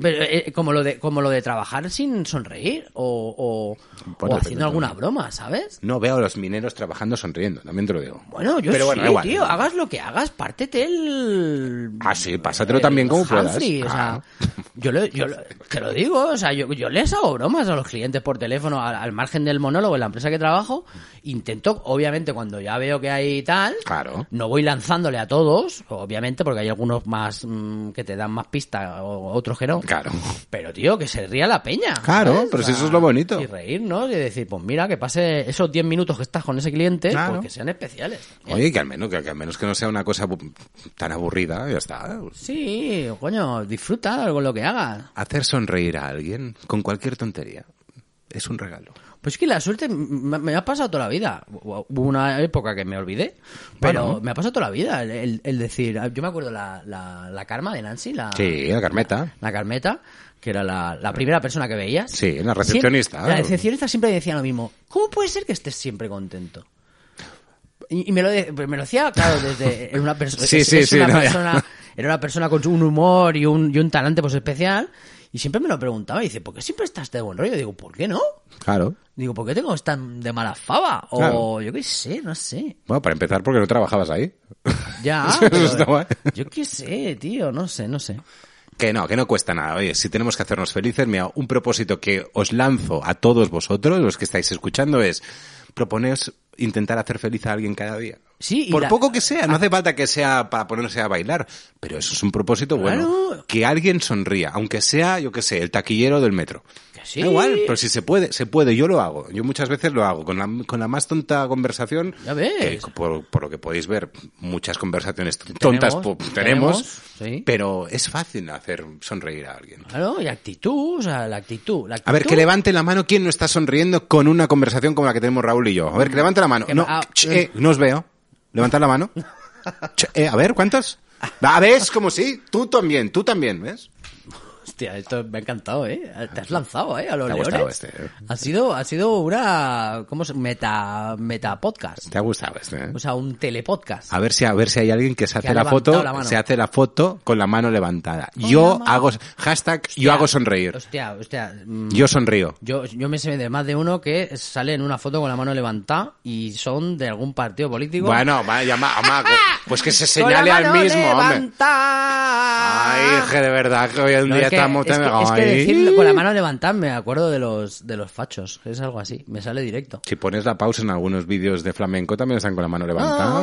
Pero, eh, como lo de como lo de trabajar sin sonreír o, o- o Bueno, haciendo pero- alguna broma, ¿sabes? No veo a los mineros trabajando sonriendo, también te lo digo. Bueno, yo Pero sí, bueno, da igual. tío, hagas lo que hagas, pártete el... Ah, sí, pásatelo también como puedas. Eh, Humphrey, o sea, yo, lo- yo lo- te lo digo, o sea, yo, yo les hago bromas a los clientes por teléfono, al, al margen del monólogo en la empresa que trabajo, intento, obviamente, cuando ya veo que hay tal, Claro. no voy lanzándole a todos, obviamente, porque hay algunos más mm, que te dan más pista, o otros que no, Claro. Pero, tío, que se ría la peña. Claro, ¿sabes? pero O si sea, eso es lo bonito. Y reírnos y decir, pues mira, que pase esos 10 minutos que estás con ese cliente, Claro. pues que sean especiales. también. Oye, que al menos que, que al menos que no sea una cosa bu- tan aburrida, ya está. Sí, coño, disfruta con lo que hagas. Hacer sonreír a alguien con cualquier tontería es un regalo. Pues es que la suerte me, me ha pasado toda la vida. Hubo una época que me olvidé, pero Bueno. me ha pasado toda la vida el, el- el decir, ah, yo me acuerdo la, la, la Karma de Nancy, la, Sí, la Carmeta. la Carmeta, que era la, la primera persona que veías. Sí, la recepcionista. Siempre- la recepcionista siempre decía lo mismo. ¿Cómo puede ser que estés siempre contento? Y, y me, lo, de- pues me lo decía, claro, desde era una, perso- Sí, es- sí, es sí, una no, ya. persona... Era una persona con un humor y un, y un talante pues especial. Y siempre me lo preguntaba. Y dice, ¿por qué siempre estás de buen rollo? digo, ¿por qué no? Claro. Digo, ¿por qué tengo tan de mala fava? O Claro. yo qué sé, no sé. Bueno, para empezar, porque no trabajabas ahí. Ya. Eso pero está guay. yo qué sé, tío, no sé, no sé. Que no, que no cuesta nada. Oye, si tenemos que hacernos felices, mira, un propósito que os lanzo a todos vosotros, los que estáis escuchando, es proponeros intentar hacer feliz a alguien cada día. Sí, y Por la- Ah. poco que sea, no hace falta que sea para ponerse a bailar, pero eso es un propósito bueno. Claro. Que alguien sonría, aunque sea, yo qué sé, el taquillero del metro. Que sí. Da igual, pero si se puede, se puede, yo lo hago. Yo muchas veces lo hago, con la, con la más tonta conversación. Ya ves. que por, por lo que podéis ver, muchas conversaciones tontas po- tenemos, tenemos, sí. pero es fácil hacer sonreír a alguien. Claro, y actitud, o sea, la actitud. La actitud A ver, que levante la mano quien no está sonriendo con una conversación como la que tenemos Raúl y yo. A ver, que levante la mano. Que No, va- ah, ch- eh, no os veo. Levantad la mano. Ch- eh, a ver, ¿cuántos? A ver, es como sí. Tú también, tú también, ¿ves? Hostia, esto me ha encantado, ¿eh? Te has lanzado, ¿eh? A los Te ha leones. gustado este, eh. Ha sido, ha sido una, ¿cómo se Meta, meta podcast. Te ha gustado este, ¿eh? O sea, un telepodcast. A ver si a ver si hay alguien que se hace Pues ha la levantado foto, la mano. se hace la foto con la mano levantada. Con la yo mano. hago hashtag yo hago sonreír. Hostia, hostia. mm, Yo sonrío. Yo, yo me sé de más de uno que sale en una foto con la mano levantada y son de algún partido político. Bueno, vaya ma- ama- pues que se Con la señale al mano mismo, hombre. levantada. Ay, que de verdad Ah. que hoy en No, día es que, estamos es que- tan- es que Ay. decir con la mano levantada me acuerdo de los de los fachos, es algo así, me sale directo. Si pones la pausa en algunos vídeos de flamenco también están con la mano levantada.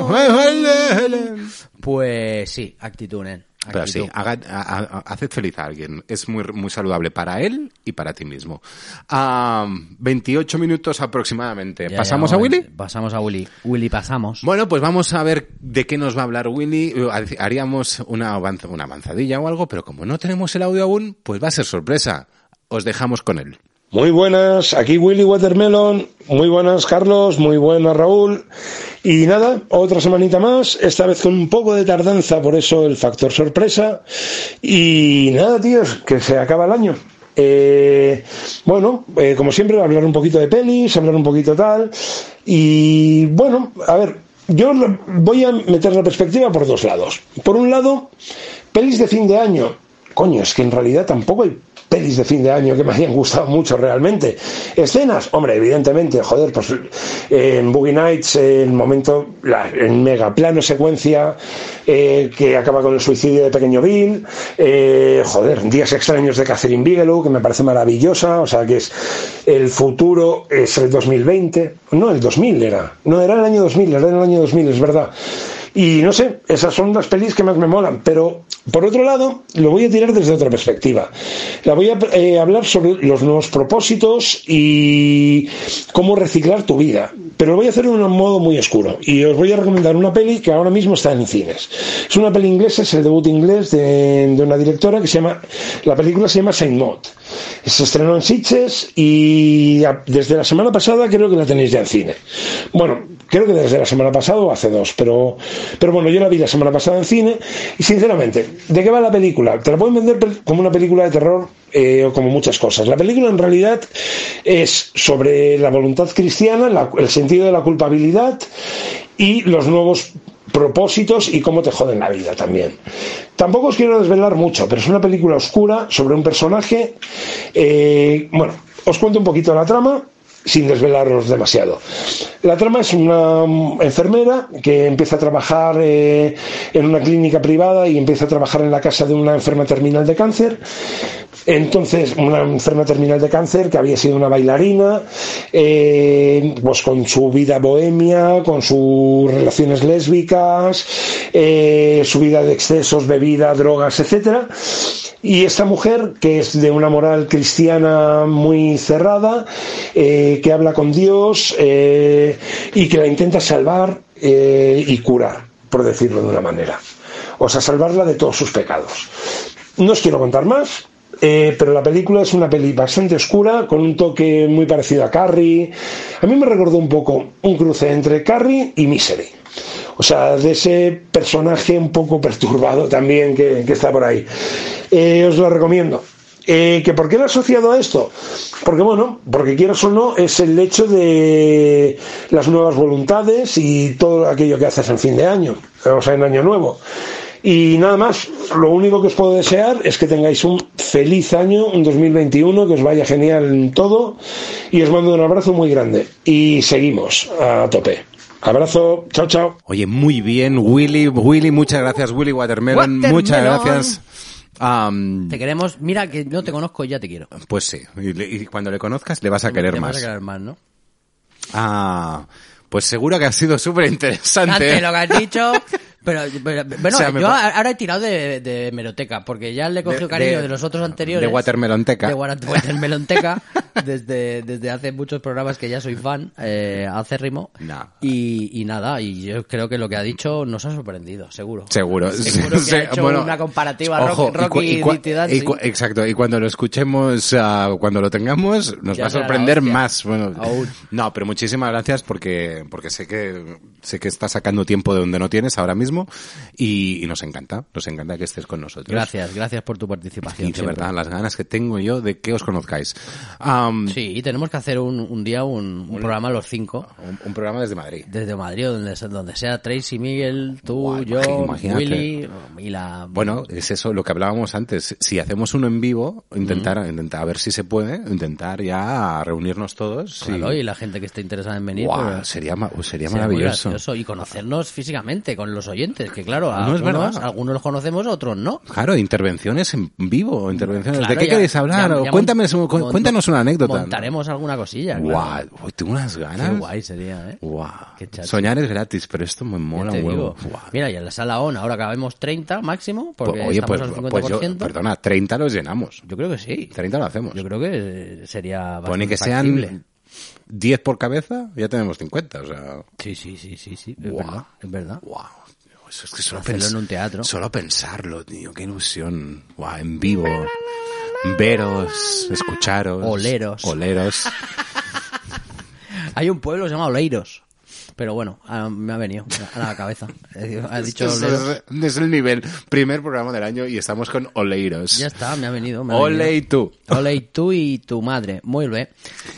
Pues sí, actitud, nen. Actitud. Pero sí, haga- ha- ha- haced feliz a alguien. Es muy, muy saludable para él y para ti mismo. Ah, 28 minutos aproximadamente. Ya, ya, ¿Pasamos a vamos, Willy? Pasamos a Willy. Willy pasamos. Bueno, pues vamos a ver de qué nos va a hablar Willy. Eh, Haríamos una, avanz- una avanzadilla o algo, pero como no tenemos el audio aún, pues va a ser sorpresa. Os dejamos con él. Muy buenas, aquí Willy Watermelon, muy buenas Carlos, muy buenas Raúl. Y nada, otra semanita más, esta vez con un poco de tardanza, por eso el factor sorpresa. Y nada, tíos, que se acaba el año. Eh, bueno, eh, como siempre, hablar un poquito de pelis, hablar un poquito tal. Y bueno, a ver, yo lo- voy a meter la perspectiva por dos lados. Por un lado, pelis de fin de año. Coño, es que en realidad tampoco hay pelis de fin de año que me hayan gustado mucho realmente. Escenas, hombre, evidentemente, joder, pues eh, en Boogie Nights, eh, el momento, la, el mega plano secuencia eh, que acaba con el suicidio de Pequeño Bill, eh, joder, Días extraños de Catherine Bigelow, que me parece maravillosa, o sea que es el futuro, es el 2020, no, el 2000 era, no era el año 2000, era el año 2000, es verdad. Y no sé, esas son las pelis que más me molan. Pero, por otro lado, lo voy a tirar desde otra perspectiva. La voy a eh, hablar sobre los nuevos propósitos y cómo reciclar tu vida. Pero lo voy a hacer de un modo muy oscuro. Y os voy a recomendar una peli que ahora mismo está en cines. Es una peli inglesa, es el debut inglés de, de una directora que se llama... La película se llama Saint Maud. Se estrenó en Sitges y a- desde la semana pasada creo que la tenéis ya en cine. Bueno, creo que desde la semana pasada o hace dos, pero, pero bueno, yo la vi la semana pasada en cine y sinceramente, ¿de qué va la película? Te la pueden vender pel- como una película de terror eh, o como muchas cosas. La película en realidad es sobre la voluntad cristiana, la- el sentido de la culpabilidad y los nuevos propósitos y cómo te joden la vida también. Tampoco os quiero desvelar mucho, pero es una película oscura sobre un personaje. eh, bueno, os cuento un poquito la trama sin desvelaros demasiado. La trama es una mm, enfermera que empieza a trabajar eh, en una clínica privada y empieza a trabajar en la casa de una enferma terminal de cáncer. Entonces, una enferma terminal de cáncer que había sido una bailarina, eh, pues con su vida bohemia, con sus relaciones lésbicas, eh, su vida de excesos, bebida, drogas, etcétera Y esta mujer, que es de una moral cristiana muy cerrada, eh, que habla con Dios eh, y que la intenta salvar eh, y curar, por decirlo de una manera. O sea, salvarla de todos sus pecados. No os quiero contar más, eh, pero la película es una peli bastante oscura, con un toque muy parecido a Carrie. A mí me recordó un poco un cruce entre Carrie y Misery. O sea, de ese personaje un poco perturbado también que, que está por ahí. Eh, os lo recomiendo. Eh, ¿que ¿Por qué lo he asociado a esto? Porque, bueno, porque quieras o no, es el hecho de las nuevas voluntades y todo aquello que haces en fin de año, o sea, en año nuevo. Y nada más, lo único que os puedo desear es que tengáis un feliz año, un 2021, que os vaya genial en todo. Y os mando un abrazo muy grande. Y seguimos a tope. Abrazo, chao, chao. Oye, muy bien, Willy. Willy, muchas gracias, Willy Watermelon. Watermelon. Muchas gracias. Am, Te queremos. Mira, que no te conozco y ya te quiero. pues sí, y, le- y cuando le conozcas le vas a querer Te vas más. a querer más, ¿no? Ah, pues seguro que ha sido súper Antes interesante. lo que has dicho. Pero, pero- bueno, O sea, me yo pa- ahora he tirado de, de meroteca, porque ya le he cogido De- cariño de- de, los otros anteriores. de watermelonteca. De wa- watermelonteca, desde, desde hace muchos programas que ya soy fan, eh, acérrimo. Nah. Y, y nada, y yo creo que lo que ha dicho nos ha sorprendido, seguro. Seguro. Seguro que Sí, ha hecho bueno, una comparativa Rock- ojo, Rocky y cu- y cua- Dirty Dancing. y cu- Exacto, y cuando lo escuchemos, ah, cuando lo tengamos, nos Ya va a será la sorprender hostia. más. Bueno, Aún. no, pero muchísimas gracias porque, porque sé que, sé que estás sacando tiempo de donde no tienes ahora mismo y, y nos encanta, nos encanta que estés con nosotros. Gracias, gracias por tu participación. Y de siempre. verdad, las ganas que tengo yo de que os conozcáis. Am, Sí, y tenemos que hacer un, un día un, un programa los cinco. un, un programa desde Madrid. Desde Madrid, o donde, donde sea Tracy, Miguel, tú, Buah, yo, imagi- imagínate. Willy y la... Bueno, es eso lo que hablábamos antes. Si hacemos uno en vivo, intentar, intentar a ver si se puede, intentar ya reunirnos todos. y- Claro, y la gente que esté interesada en venir. Guau, pero- sería, ma- pues sería Sería muy maravilloso. gracioso. Y conocernos físicamente con los oyentes, que claro, No, es algunos, verdad. algunos los conocemos, otros no. Claro, intervenciones en vivo, intervenciones. Claro, ¿De qué ya- queréis hablar? ya- O ya cuéntame, mont- cu- mont- cuéntanos una anécdota. ¿no? Montaremos alguna cosilla. Guau, claro. uy, tengo unas ganas. Qué guay sería, ¿eh? Guau. Qué chachi. Soñar es gratis, pero esto me Ya mola te un huevo. digo. Guau. Mira, y en la sala ON ahora acabemos 30 máximo, Pues, porque oye, estamos pues, al 50%. pues yo, perdona, 30 los llenamos. Yo creo que sí. 30 lo hacemos. Yo creo que eh, sería bastante Pone que sean factible. 10 por cabeza, ya tenemos 50. O sea, Sí, sí, sí, sí, sí. Es Guau. verdad, es verdad. wow. Eso es que solo, Hacerlo pens- en un teatro. solo pensarlo, tío, qué ilusión. Guau, en vivo. Veros, escucharos. Oleros. Oleros. Hay un pueblo que se llama Oleiros. Pero bueno, ah, me ha venido a la cabeza. Eh, Ha dicho Esto es- Oleiros. es, el nivel. Primer programa del año y estamos con Oleiros. Ya está, me ha venido. Me ha Ole venido. y tú. Ole y tú y tu madre. Muy bien.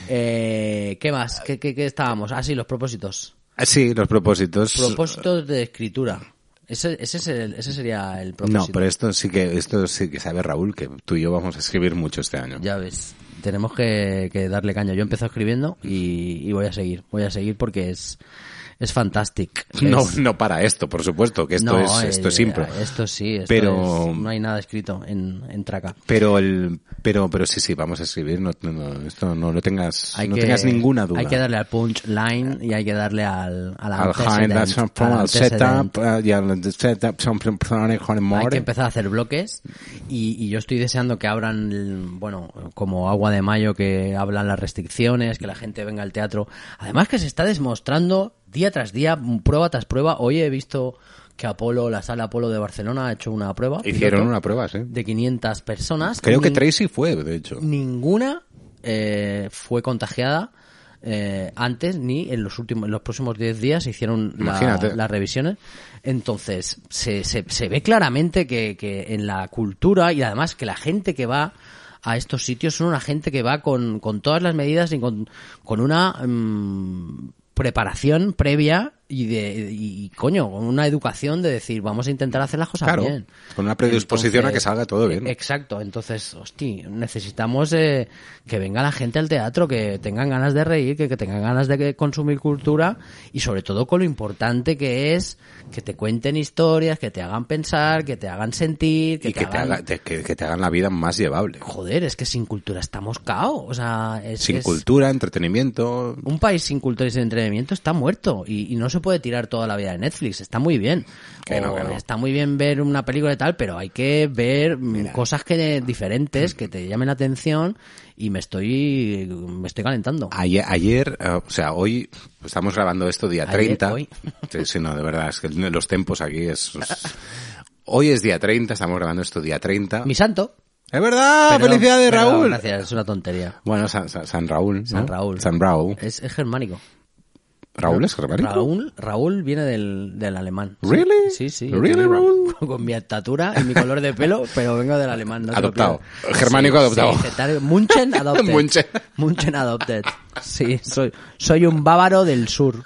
Eh, ¿Qué más? ¿Qué, qué, qué estábamos? Ah, sí, los propósitos. Ah, Sí, los propósitos. Propósitos de escritura. Ese, ese, es el- ese sería el no, propósito. pero esto sí que esto sí que sabe Raúl que tú y yo vamos a escribir mucho este año. Ya ves. Tenemos que, que darle caña. Yo empecé escribiendo y, y voy a seguir. Voy a seguir porque es, es fantastic. No, Es- no para esto, por supuesto, que esto no, es esto eh, es impro. Esto sí, esto Pero- es- no hay nada escrito en, en traca. Pero el pero pero sí sí vamos a escribir. No, no, no, esto no lo tengas Hay no que- tengas ninguna duda. Hay que darle al punchline y hay que darle al, al, al antecedent, high, that's some al al antecedent. setup, eh, y al setup, some plan- plan- plan- Hay que more. empezar a hacer bloques y, y yo estoy deseando que abran, el- bueno, como agua de mayo, que hablan las restricciones, que la gente venga al teatro. Además que se está demostrando día tras día, prueba tras prueba. Hoy he visto que Apolo, la sala Apolo de Barcelona ha hecho una prueba. Hicieron piloto, Mm. una prueba, sí. de 500 personas. Creo que Nin- Tracy fue, de hecho. Mm, Ninguna eh, fue contagiada. eh, antes ni en los últimos en los próximos 10 días se hicieron la- Imagínate. las revisiones entonces se, se, se ve claramente que, que en la cultura y además que la gente que va a estos sitios son una gente que va con, con todas las medidas y con, con una mm, preparación previa y de y, y, coño con una educación de decir vamos a intentar hacer las cosas Claro, bien con una predisposición a que salga todo bien. e- Exacto, entonces, hosti, necesitamos eh, que venga la gente al teatro, que tengan ganas de reír, que, que tengan ganas de que- consumir cultura y sobre todo con lo importante que es que te cuenten historias, que te hagan pensar, que te hagan sentir, que y te que te, hagan... haga- te- que, que te hagan la vida más llevable. Joder, es que sin cultura estamos cao, o sea, es, Sin es- cultura, entretenimiento. Un país sin cultura y sin entrenamiento está muerto y, y no se puede tirar toda la vida de Netflix. Está muy bien. Que no, O que no. Está muy bien ver una película y tal, pero hay que ver mm, cosas que diferentes que te llamen la atención y me estoy me estoy calentando. Ayer, ayer, eh, o sea, hoy estamos grabando esto día Ayer, 30. hoy. Sí, sí, no, de verdad, es que los tiempos aquí es... es- Hoy es día 30, estamos grabando esto día 30. Mi santo. ¡Es verdad! pero- Ah, ¡Felicidades, pero Raúl! Gracias, es una tontería. Bueno, San, San- San Raúl. ¿no? San Raúl. San Raúl. Es, es germánico. ¿Raúl es germánico? Raúl, Raúl viene del, del alemán. Really? Sí, sí. yo Really, te digo, Raúl? Con mi estatura y mi color de pelo, pero vengo del alemán. no te lo Adoptado. pierdas. Germánico Sí, adoptado. sí, tal- Munchen adopted. Munchen. Munchen adopted. Sí, soy, soy un bávaro del sur.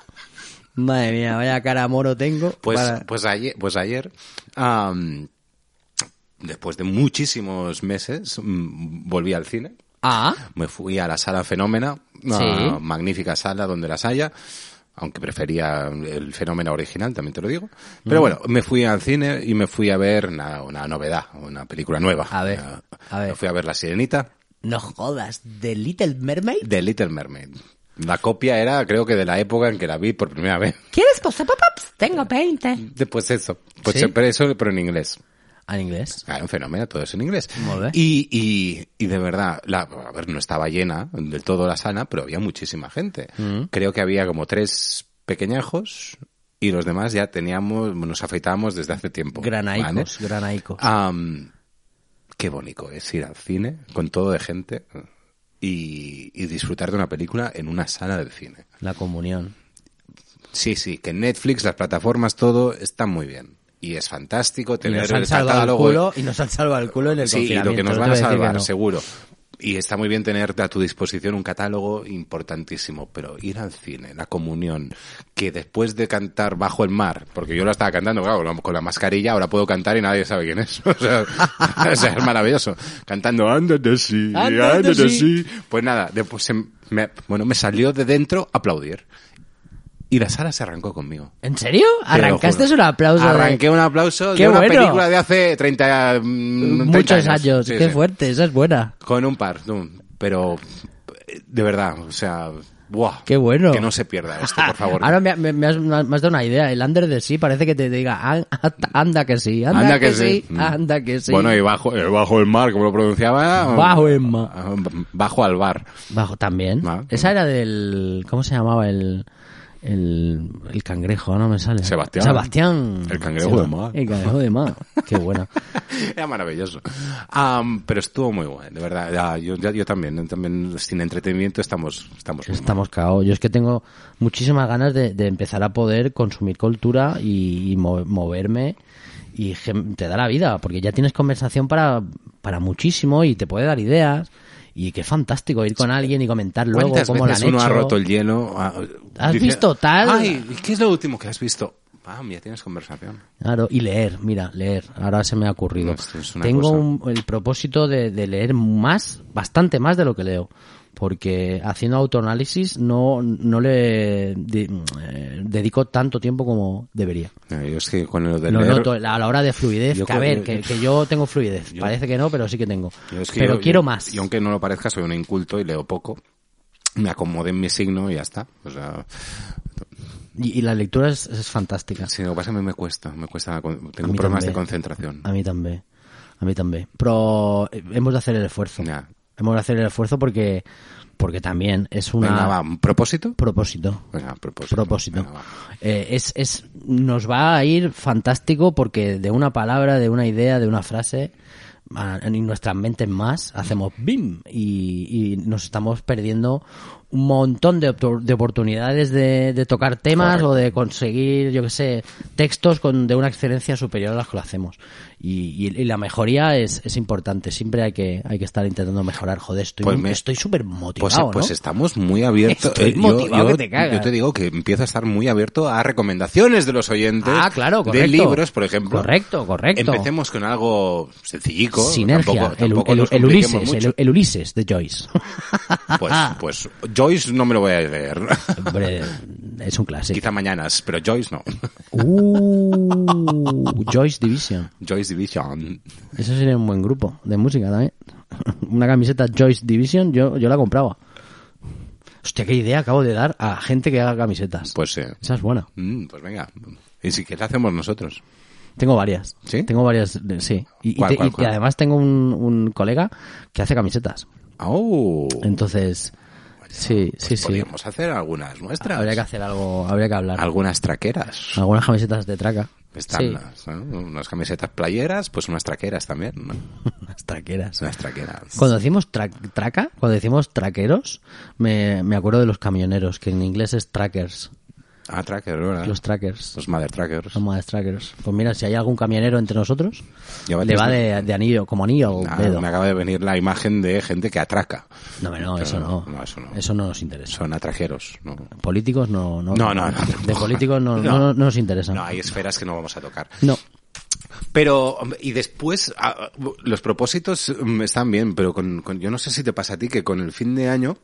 Madre mía, vaya cara moro tengo. Pues, Para- pues ayer, pues ayer am, después de muchísimos meses, mm, volví al cine. Ah, Me fui a la sala Fenómena, una Sí. magnífica sala donde las haya, aunque prefería el Fenómena original, también te lo digo. Mm. Pero bueno, me fui al cine y me fui a ver una, una novedad, una película nueva. A ver, Una- a ver. Me fui a ver La Sirenita no jodas. ¿De Little Mermaid? de Little Mermaid. La copia era, creo que, de la época en que la vi por primera vez. ¿Quieres cosa papaps? Tengo 20. De- Pues eso, pues ¿Sí? pero eso, pero en inglés. Ah, En inglés. Claro, un fenómeno, todo es en inglés. Molt bé. Y, y, y de verdad, la, a ver, no estaba llena del todo la sala, pero había muchísima gente. Mm. Creo que había como tres pequeñajos y los demás ya teníamos, nos afeitábamos desde hace tiempo. ¿vale? Ah. Granaicos, granaicos. Am, qué bonito es ir al cine con todo de gente y, y disfrutar de una película en una sala de cine. La comunión. Sí, sí, que Netflix, las plataformas, todo está muy bien. Y es fantástico Y tener nos han el salvado el catálogo eh. culo, y nos han salvado el culo en el sí, y lo confinamiento, que nos no van a te voy decir que salvar, no. seguro. Y está muy bien tener a tu disposición un catálogo importantísimo, pero ir al cine, la comunión, que después de cantar Bajo el Mar, porque yo lo estaba cantando, claro, con la- con la mascarilla, ahora puedo cantar y nadie sabe quién es. O sea, o sea, es maravilloso. Cantando Under the Sea, Under Under, the the sea. sea. Pues nada, después se me, bueno, me salió de dentro aplaudir. Y la sala se arrancó conmigo. ¿En serio? Te lo Arrancaste juro. un aplauso. de- Arranqué un aplauso ¡Qué de una bueno! película de hace 30, mm, 30 Muchos años. Sí, Qué sí. fuerte, esa es buena. Con un par, tú. pero eh, de verdad, o sea, ¡buah! Qué bueno. Ah, Que no se pierda esto, por favor. Ahora me, me- me has, me has dado una idea. El under de sí parece que te diga, "An- anda que sí, anda, que, sí, Mm. anda que sí. Bueno, y bajo, eh, bajo el mar, como lo pronunciaba. Bajo el mar. Ah, Bajo al bar. Bajo también. Ah. Esa era del... ¿Cómo se llamaba el...? El, el cangrejo, no me sale. Sebastián. Sebastián. El cangrejo de mar. El cangrejo de mar. Qué buena. Era maravilloso. Am, pero estuvo muy guay, de verdad. Ya, yo, ya- yo también, también sin entretenimiento estamos, estamos muy mal. Estamos cao. Yo es que tengo muchísimas ganas de, de empezar a poder consumir cultura y, y mo- moverme y gen- te da la vida, porque ya tienes conversación para, para muchísimo y te puede dar ideas y qué fantástico ir con alguien y comentar luego ¿Cuántas cómo lo han veces uno hecho. ha roto el hielo? ah, ¿Has visto tal? Ay, ¿y ¿qué es lo último que has visto? Pam, ya tienes conversación. Claro, y leer, mira, leer. Ahora se me ha ocurrido. Esto es una Tengo cosa. un- el propósito de, de leer más, bastante más de lo que leo. Porque haciendo autoanálisis no, no le de- eh, dedico tanto tiempo como debería. Eh, Yo es que con lo de Lo leer- noto a la hora de fluidez. Yo que a creo- ver, que, que yo tengo fluidez. Parece que no, pero sí que tengo. Yo es que pero yo- quiero yo- más. Y aunque no lo parezca, soy un inculto y leo poco. Me acomodé en mi signo y ya está. O sea, Y, y la lectura es, es fantástica. si lo que pasa es que me cuesta, me cuesta, la con- tengo mí problemas también. de concentración. A mí también. A mí también. Pero eh, hemos de hacer el esfuerzo. Ya. Hemos de hacer el esfuerzo porque, porque también es una Venga, va, ¿un propósito? propósito. Venga, propósito. propósito. Venga, va. Eh, es, es, nos va a ir fantástico porque de una palabra, de una idea, de una frase, a- en nuestras mentes más, hacemos BIM y, y nos estamos perdiendo un montón de, opor- de oportunidades de, de tocar temas Correcto. o de conseguir, yo que sé, textos con, de una excelencia superior a las que lo hacemos. Y, y- y la mejoría es, es importante. Siempre hay que, hay que estar intentando mejorar. Joder, estoy Pues me- estoy súper Pues, motivado. pues ¿no? estamos muy abiertos. eh, Estoy yo- motivado yo, que te cagas. yo te digo que empiezo a estar muy abierto a recomendaciones de los oyentes. Ah, claro, correcto. De libros, por ejemplo. Correcto, correcto. Empecemos con algo sencillico. Sinergia, tampoco- el- tampoco el, nos el compliquemos Ulises, mucho. el, Ah. el Ulises de Joyce. Pues, pues Joyce no me lo voy a leer. Hombre, es un clásico. Quizá mañanas, pero Joyce no. Uh, Joyce Division. Joyce Division. Eso sería un buen grupo de música también. Una camiseta Joyce Division, yo, yo la compraba. Hostia, qué idea acabo de dar a gente que haga camisetas. Pues sí. Esa es buena. Mm, pues venga. Y si que la hacemos nosotros. Tengo varias. ¿Sí? Tengo varias, de- sí. Y, y ¿Cuál, te- cuál, y- y cuál? además tengo un, un colega que hace camisetas. ¡Oh! Entonces, sí, sí, Pues sí. Podríamos hacer algunas nuestras. Habría que hacer algo, habría que hablar. Algunas traqueras. Algunas camisetas de traca. Están Sí, las, ¿no? unas camisetas playeras, pues unas traqueras también, ¿no? unas traqueras. Unas traqueras. Cuando decimos tra- traca, cuando decimos traqueros, me, me acuerdo de los camioneros, que en inglés es trackers. Ah, tracker, ¿verdad? Los trackers. Los mother trackers. Los más trackers. Pues mira, si hay algún camionero entre nosotros, Llévate le va este. de, de anillo, como anillo al Ah, dedo. me acaba de venir la imagen de gente que atraca. No, hombre, no, eso no. no, no, eso no. nos interesa. Son atrajeros, ¿no? Políticos no. No, No, no, no, De tampoco. políticos no, no. No. no nos interesa. No, hay esferas que no vamos a tocar. No. Pero, hombre, y después, ah, los propósitos mm, están bien, pero con, con- yo no sé si te pasa a ti que con el fin de año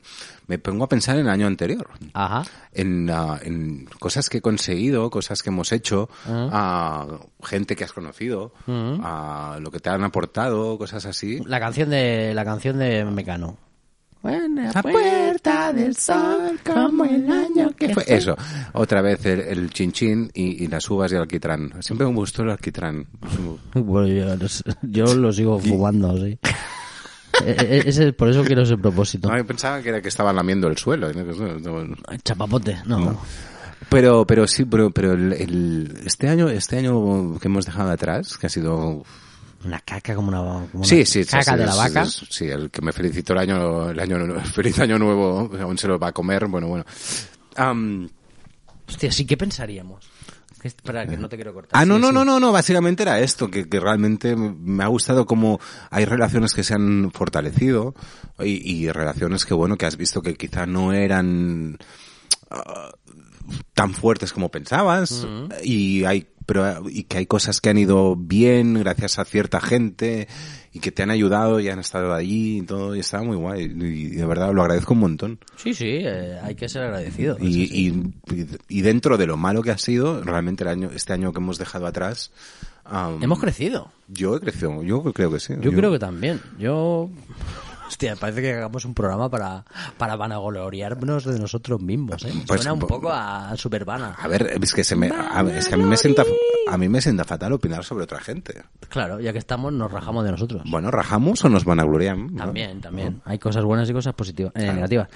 me pongo a pensar en el año anterior. Ajá. En, ah, en cosas que he conseguido, cosas que hemos hecho, a gente que has conocido, a lo que te han aportado, cosas así. La canción de, la canción de Mecano. La puerta del sol, como el año que fue. Eso, otra vez el, el chinchín y, y las uvas y el alquitrán. Siempre me gustó el alquitrán. Bueno, yo, no sé, yo lo sigo fumando, sí. E- e- Ese, es- por eso quiero ese propósito. No, yo pensaba que era que estaba lamiendo el suelo. ¿no? Chapapote, no. Pero, pero sí, pero, pero el, el- este año, este año que hemos dejado atrás, que ha sido Una caca como una, como una sí, sí, sí, caca sí, de la sí, vaca. Sí, sí, el que me felicitó el año, el año, el feliz año nuevo, aún se lo va a comer. Bueno, bueno. Am, Hostia, sí, ¿qué pensaríamos? Que- Espera, que no te quiero cortar. Ah, no, Sí, no, sí. no, no, no, básicamente era esto, que, que realmente me ha gustado como hay relaciones que se han fortalecido y, y relaciones que, bueno, que has visto que quizá no eran ah, tan fuertes como pensabas y hay pero y que hay cosas que han ido bien gracias a cierta gente y que te han ayudado y han estado allí y todo y estaba muy guay y de verdad lo agradezco un montón Sí, sí, eh, hay que ser agradecido. y, y- y- y dentro de lo malo que ha sido, realmente el año, este año que hemos dejado atrás, am, Hemos crecido. yo he crecido, yo creo que sí. Yo, creo que también. Yo. Hostia, parece que hagamos un programa para, para vanagloriarnos de nosotros mismos, ¿eh? Pues, Suena un pues, poco a Supervana. A ver, es que, se me, a, ver, es que a, mí me sienta, a mí me sienta fatal opinar sobre otra gente. Claro, ya que estamos, nos rajamos de nosotros. Bueno, ¿rajamos o nos vanagloriamos? También, también. Hay cosas buenas y cosas positivas, eh, negativas.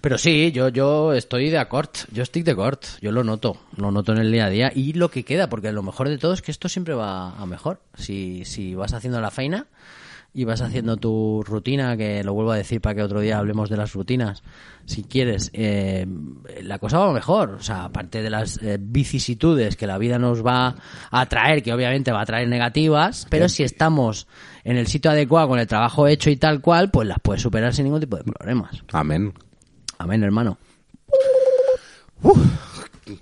Pero sí, yo, yo estoy de acord. Yo estoy de acord. Yo lo noto. Lo noto en el día a día. Y lo que queda, porque lo mejor de todo es que esto siempre va a mejor. Si, si vas haciendo la faena y vas haciendo tu rutina, que lo vuelvo a decir para que otro día hablemos de las rutinas, si quieres, eh, la cosa va mejor. O sea, aparte de las eh, vicisitudes que la vida nos va a traer, que obviamente va a traer negativas, pero si estamos en el sitio adecuado, con el trabajo hecho y tal cual, pues las puedes superar sin ningún tipo de problemas. Amén. Amén, hermano.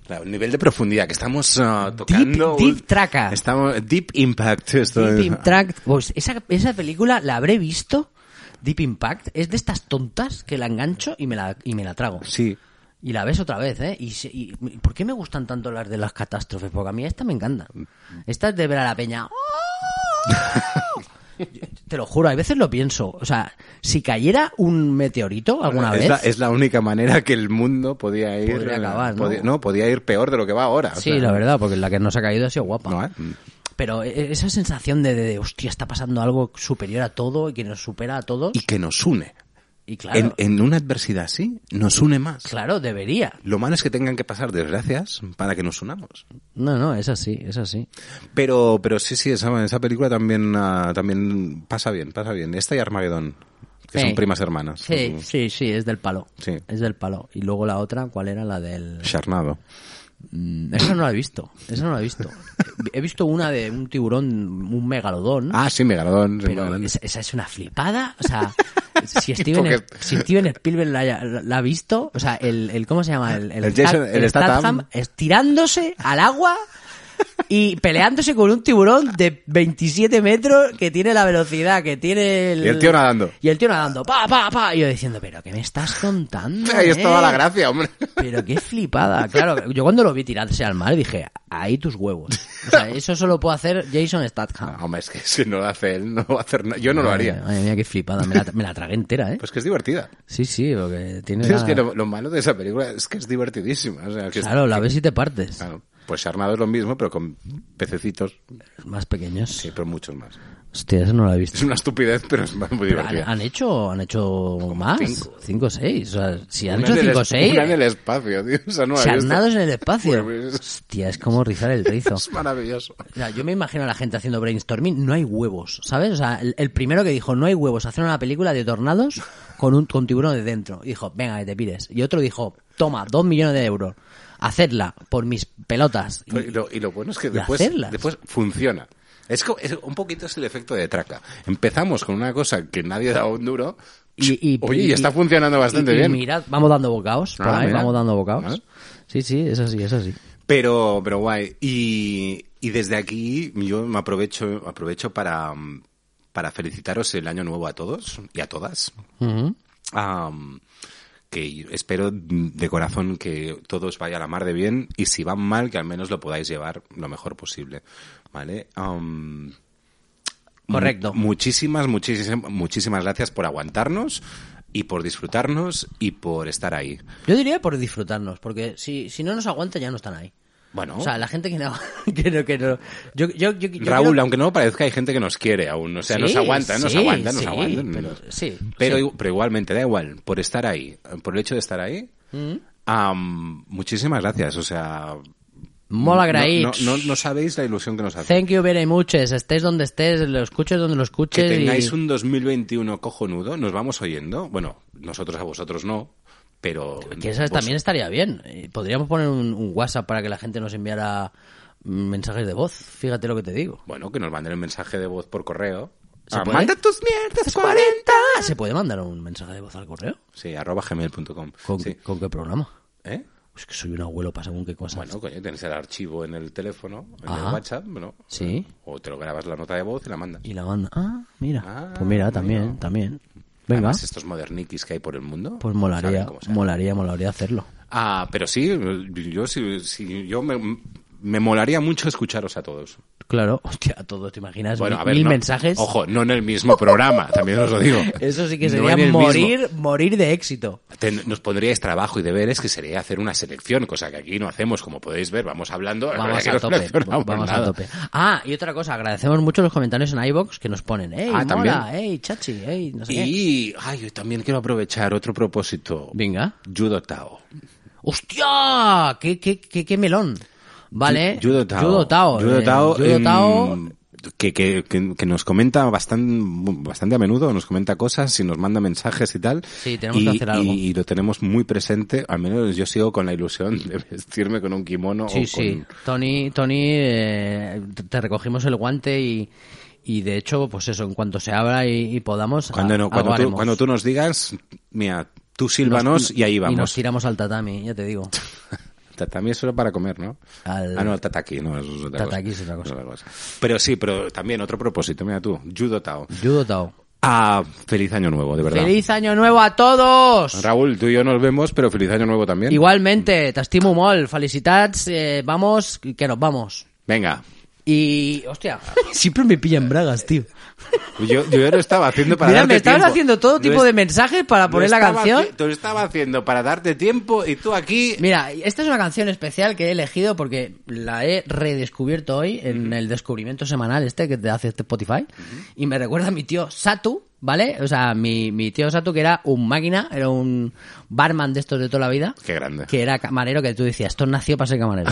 Claro, el nivel de profundidad que estamos ah, tocando. deep traca. Estamos, deep impact. Esto Deep es- Impact. Pues esa, esa película la habré visto. Deep Impact es de estas tontas que la engancho y me la, y me la trago. Sí. Y la ves otra vez, ¿eh? Y, se- y- ¿Por qué me gustan tanto las de las catástrofes? Porque a mí esta me encanta. Esta es de ver a la peña. Te lo juro, a veces lo pienso. O sea, si cayera un meteorito alguna es vez. La, es la única manera que el mundo podía ir. Podría acabar, ¿no? podía- podía ir peor de lo que va ahora. o Sí, sea, la verdad, porque la que nos ha caído ha sido guapa. ¿no? ¿eh? Pero e- esa sensación de, de, de, hostia, está pasando algo superior a todo y que nos supera a todos. Y que nos une. Y claro, en, en una adversidad así nos une más. claro, debería. Lo malo es que tengan que pasar desgracias para que nos unamos. No, no, es así, es así. Pero, pero sí, sí, esa, esa película también, ah, también pasa bien, pasa bien. Esta y Armagedón, que Sí. son primas hermanas. Sí, sí, sí, es del palo. Sí. Es del palo. Y luego la otra, ¿cuál era la del...? Charnado. Mm, Esa no la he visto, esa no la he visto. He visto una de un tiburón, un megalodón, Ah, sí, Megalodón. sí, pero Megalodón. esa, esa es una flipada. O sea, si Steven, Er, Porque- si Steven Spielberg la, haya- la ha visto, o sea, el, el- ¿cómo se llama? El, El Jason- el Statham. estirándose al agua y peleándose con un tiburón de 27 metros que tiene la velocidad, que tiene el... Y el tío nadando. Y el tío nadando, pa, pa, pa. Y yo diciendo, pero ¿qué me estás contando? Ahí es toda eh? la gracia, hombre. Pero qué flipada. Claro, yo cuando lo vi tirarse al mar dije, ahí tus huevos. O sea, eso solo puede hacer Jason Statham. No, Ah, hombre, es que si no lo hace él, no va a hacer nada. Yo no lo Madre, haría. madre mía, qué flipada. Me la, me la tragué entera, ¿eh? Pues que es divertida. Sí, sí, porque tiene... Es la- que lo, lo malo de esa película es que es divertidísima. o sea, que es- Claro, la ves y te partes. Claro, pues armado es lo mismo, pero con pececitos, Más pequeños. sí, pero muchos más. Hostia, eso no lo he visto. Es una estupidez, pero es muy Pero han, divertida. han hecho, han hecho más. cinco. Cinco o seis. O sea, si han Una hecho en el cinco o es- seis. una en el espacio, tío. O sea, no la he visto. Charnados en el espacio. Bueno, pues, es- Hostia, es como rizar el rizo. Es maravilloso. O sea, yo me imagino a la gente haciendo brainstorming, no hay huevos, ¿sabes? O sea, el, el primero que dijo, no hay huevos, hacer una película de tornados con un con tiburón de dentro. Y dijo, venga, que te pides. Y otro dijo, toma, dos millones de euros, hacedla por mis pelotas. Y- Y lo, y lo bueno es que Y después, hacerlas. después funciona. Es, co- es un poquito es el efecto de traca. Empezamos con una cosa que nadie da un duro. y- y- Oye, y está funcionando bastante y- y bien. mirad, vamos dando bocaos, por Ah, ahí, mira. vamos dando bocaos. Ah. Sí, sí, es así, es así. Pero, pero guay. Y, y desde aquí yo me aprovecho, aprovecho para, mm, para felicitaros el año nuevo a todos y a todas. Ujú. Am, que yo espero mm, de corazón que todo os vaya a la mar de bien y si va mal que al menos lo podáis llevar lo mejor posible. ¿Vale? Am, Correcto. mu- muchísimas, muchísimas, muchísimas gracias por aguantarnos y por disfrutarnos y por estar ahí. Yo diría por disfrutarnos, porque si, si no nos aguanta ya no están ahí. Bueno. O sea, la gente que no, que no, que no. Yo, yo, yo- yo Raúl, quiero- aunque no parezca, hay gente que nos quiere aún. O sea, nos Sí, aguanta, nos sí, aguanta, nos sí, aguanta. pero- sí, Pero, sí. igu- pero igualmente, da igual, por estar ahí, por el hecho de estar ahí, Mm. am, muchísimas gracias. O sea... Mola no- Graich. No, no, no sabéis la ilusión que nos hace. Thank you very much. Estés donde estés, lo escuches donde lo escuches. Que tengáis y... un 2021 cojonudo, nos vamos oyendo. Bueno, nosotros a vosotros no, pero... Que eso vos- también estaría bien. Eh, Podríamos poner un, un WhatsApp para que la gente nos enviara mm, mensajes de voz. Fíjate lo que te digo. Bueno, que nos manden el mensaje de voz por correo. ¿Se Ah, puede? ¡Manda tus mierdas 40! Ah, ¿Se puede mandar un mensaje de voz al correo? Sí, arroba gmail.com. ¿Con, Sí. ¿con qué programa? ¿Eh? Es que soy un abuelo para según qué cosas. Bueno, coño, tienes el archivo en el teléfono, en Ajá. el WhatsApp, ¿no? Sí. O te lo grabas la nota de voz y la mandas. Y la banda. Ah, mira. Ah, pues mira, también, mira. también. Venga. Además, estos moderniquis que hay por el mundo. Pues saben molaría, cómo se hace. molaría, molaría hacerlo. Ah, pero sí, yo, sí, sí, yo me, me molaría mucho escucharos a todos. Claro, hostia, a todos, ¿te imaginas? Bueno, Mil- a ver, Pues mil no- mensajes. Ojo, no en el mismo programa, también os lo digo. Eso sí que No sería en el mismo. morir, morir de éxito. Ten- nos pondríais trabajo y deberes que sería hacer una selección, cosa que aquí no hacemos, como podéis ver, vamos hablando. la verdad Vamos que a no tope, seleccionamos vamos a nada. tope. Ah, y otra cosa, agradecemos mucho los comentarios en iBox que nos ponen, ey, Ah, mola, también. ey, chachi, ey, no sé qué. Y ay, yo también quiero aprovechar otro propósito. Venga. Judo Tao. ¡Hostia! ¡Qué, qué, qué, qué melón! Vale. Judo Tao. Judo Tao. Judo eh, Tao, Judo em, Tao, que, que, que, que nos comenta bastante, bastante a menudo, nos comenta cosas y nos manda mensajes y tal. Sí, tenemos Y- que hacer algo. Y, y lo tenemos muy presente, al menos yo sigo con la ilusión de vestirme con un kimono o Sí, con... sí. Tony, Tony eh, te recogimos el guante y, y de hecho, pues eso, en cuanto se abra y, y podamos. Cuando, a- no, cuando, Ah, tú, algo haremos. cuando tú nos digas, mira, tú sílvanos Nos- y ahí Y nos vamos. tiramos al tatami, ya te digo. Tatami es solo para comer, ¿no? Al- Ah, no, tataki, no, eso es otra Tataki cosa. es otra cosa. Pero sí, pero también otro propósito, mira tú, Judo Tao. Judo Tao. Ah, feliz año nuevo, de verdad. ¡Feliz Año Nuevo a todos! Raúl, tú y yo nos vemos, pero feliz año nuevo también. Igualmente, t'estimo molt, felicitats, eh, vamos, que nos vamos. Venga. Y, hostia, siempre me pillan bragas, tío. Yo, yo lo estaba haciendo para Mira, darte me estabas tiempo. haciendo todo Lo tipo es- de mensajes para lo poner la estaba canción. haci- Lo estaba haciendo para darte tiempo y tú aquí... Mira, esta es una canción especial que he elegido porque la he redescubierto hoy en el descubrimiento semanal este que te hace este Spotify. Y me recuerda a mi tío Satu, ¿vale? O sea, mi, mi tío Satu que era un máquina, era un barman de estos de toda la vida. Qué grande. Que era camarero, que tú decías, esto nació para ser camarero.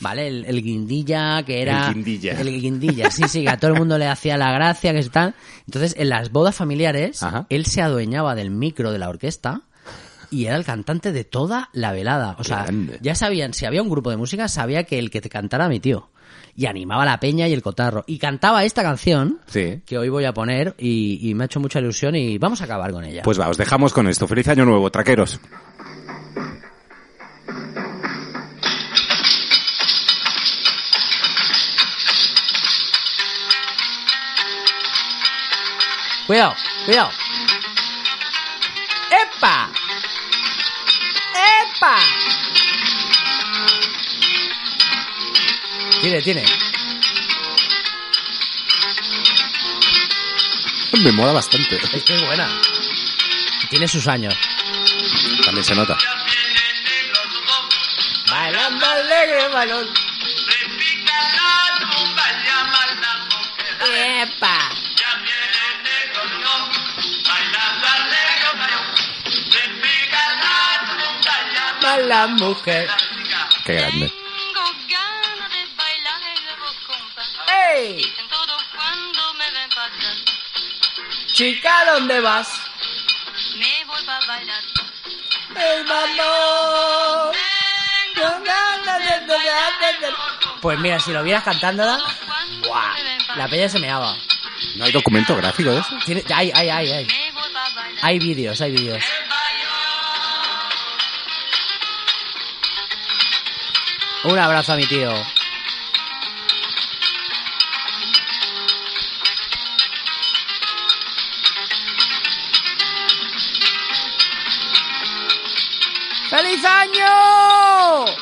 ¿Vale? El, el guindilla, que era... El guindilla. El guindilla, sí, sí, que a todo el mundo le hacía la gracia, que tal. Entonces, en las bodas familiares, Ajá. él se adueñaba del micro de la orquesta y era el cantante de toda la velada. O sea, grande. ya sabían, si había un grupo de música, sabía que el que te cantara mi tío. Y animaba la peña y el cotarro. Y cantaba esta canción, Sí. que hoy voy a poner, y, y me ha hecho mucha ilusión y vamos a acabar con ella. Pues va, os dejamos con esto. Feliz año nuevo, traqueros. Thank Cuidado, cuidado. ¡Epa! ¡Epa! Tiene, tiene. Me mola bastante. Es que es buena. Tiene sus años. También se nota. Bailando alegre, balón. ¡Epa! Mala mujer. Qué grande. Tengo ganas de bailar el roscompa. ¡Ey! Dicen todos cuando me ven para atrás. Chica, ¿dónde vas? Me voy para bailar. ¡El balón! Con ganas de tocarte el- Pues mira, si lo vieras cantándola, Cuando ¡buah! me ven para La peña se meaba. ¿No hay documento gráfico de eso? Tiene, hay, hay, hay, hay. Me voy para bailar. Hay vídeos, hay vídeos. Un abrazo a mi tío. ¡Feliz año!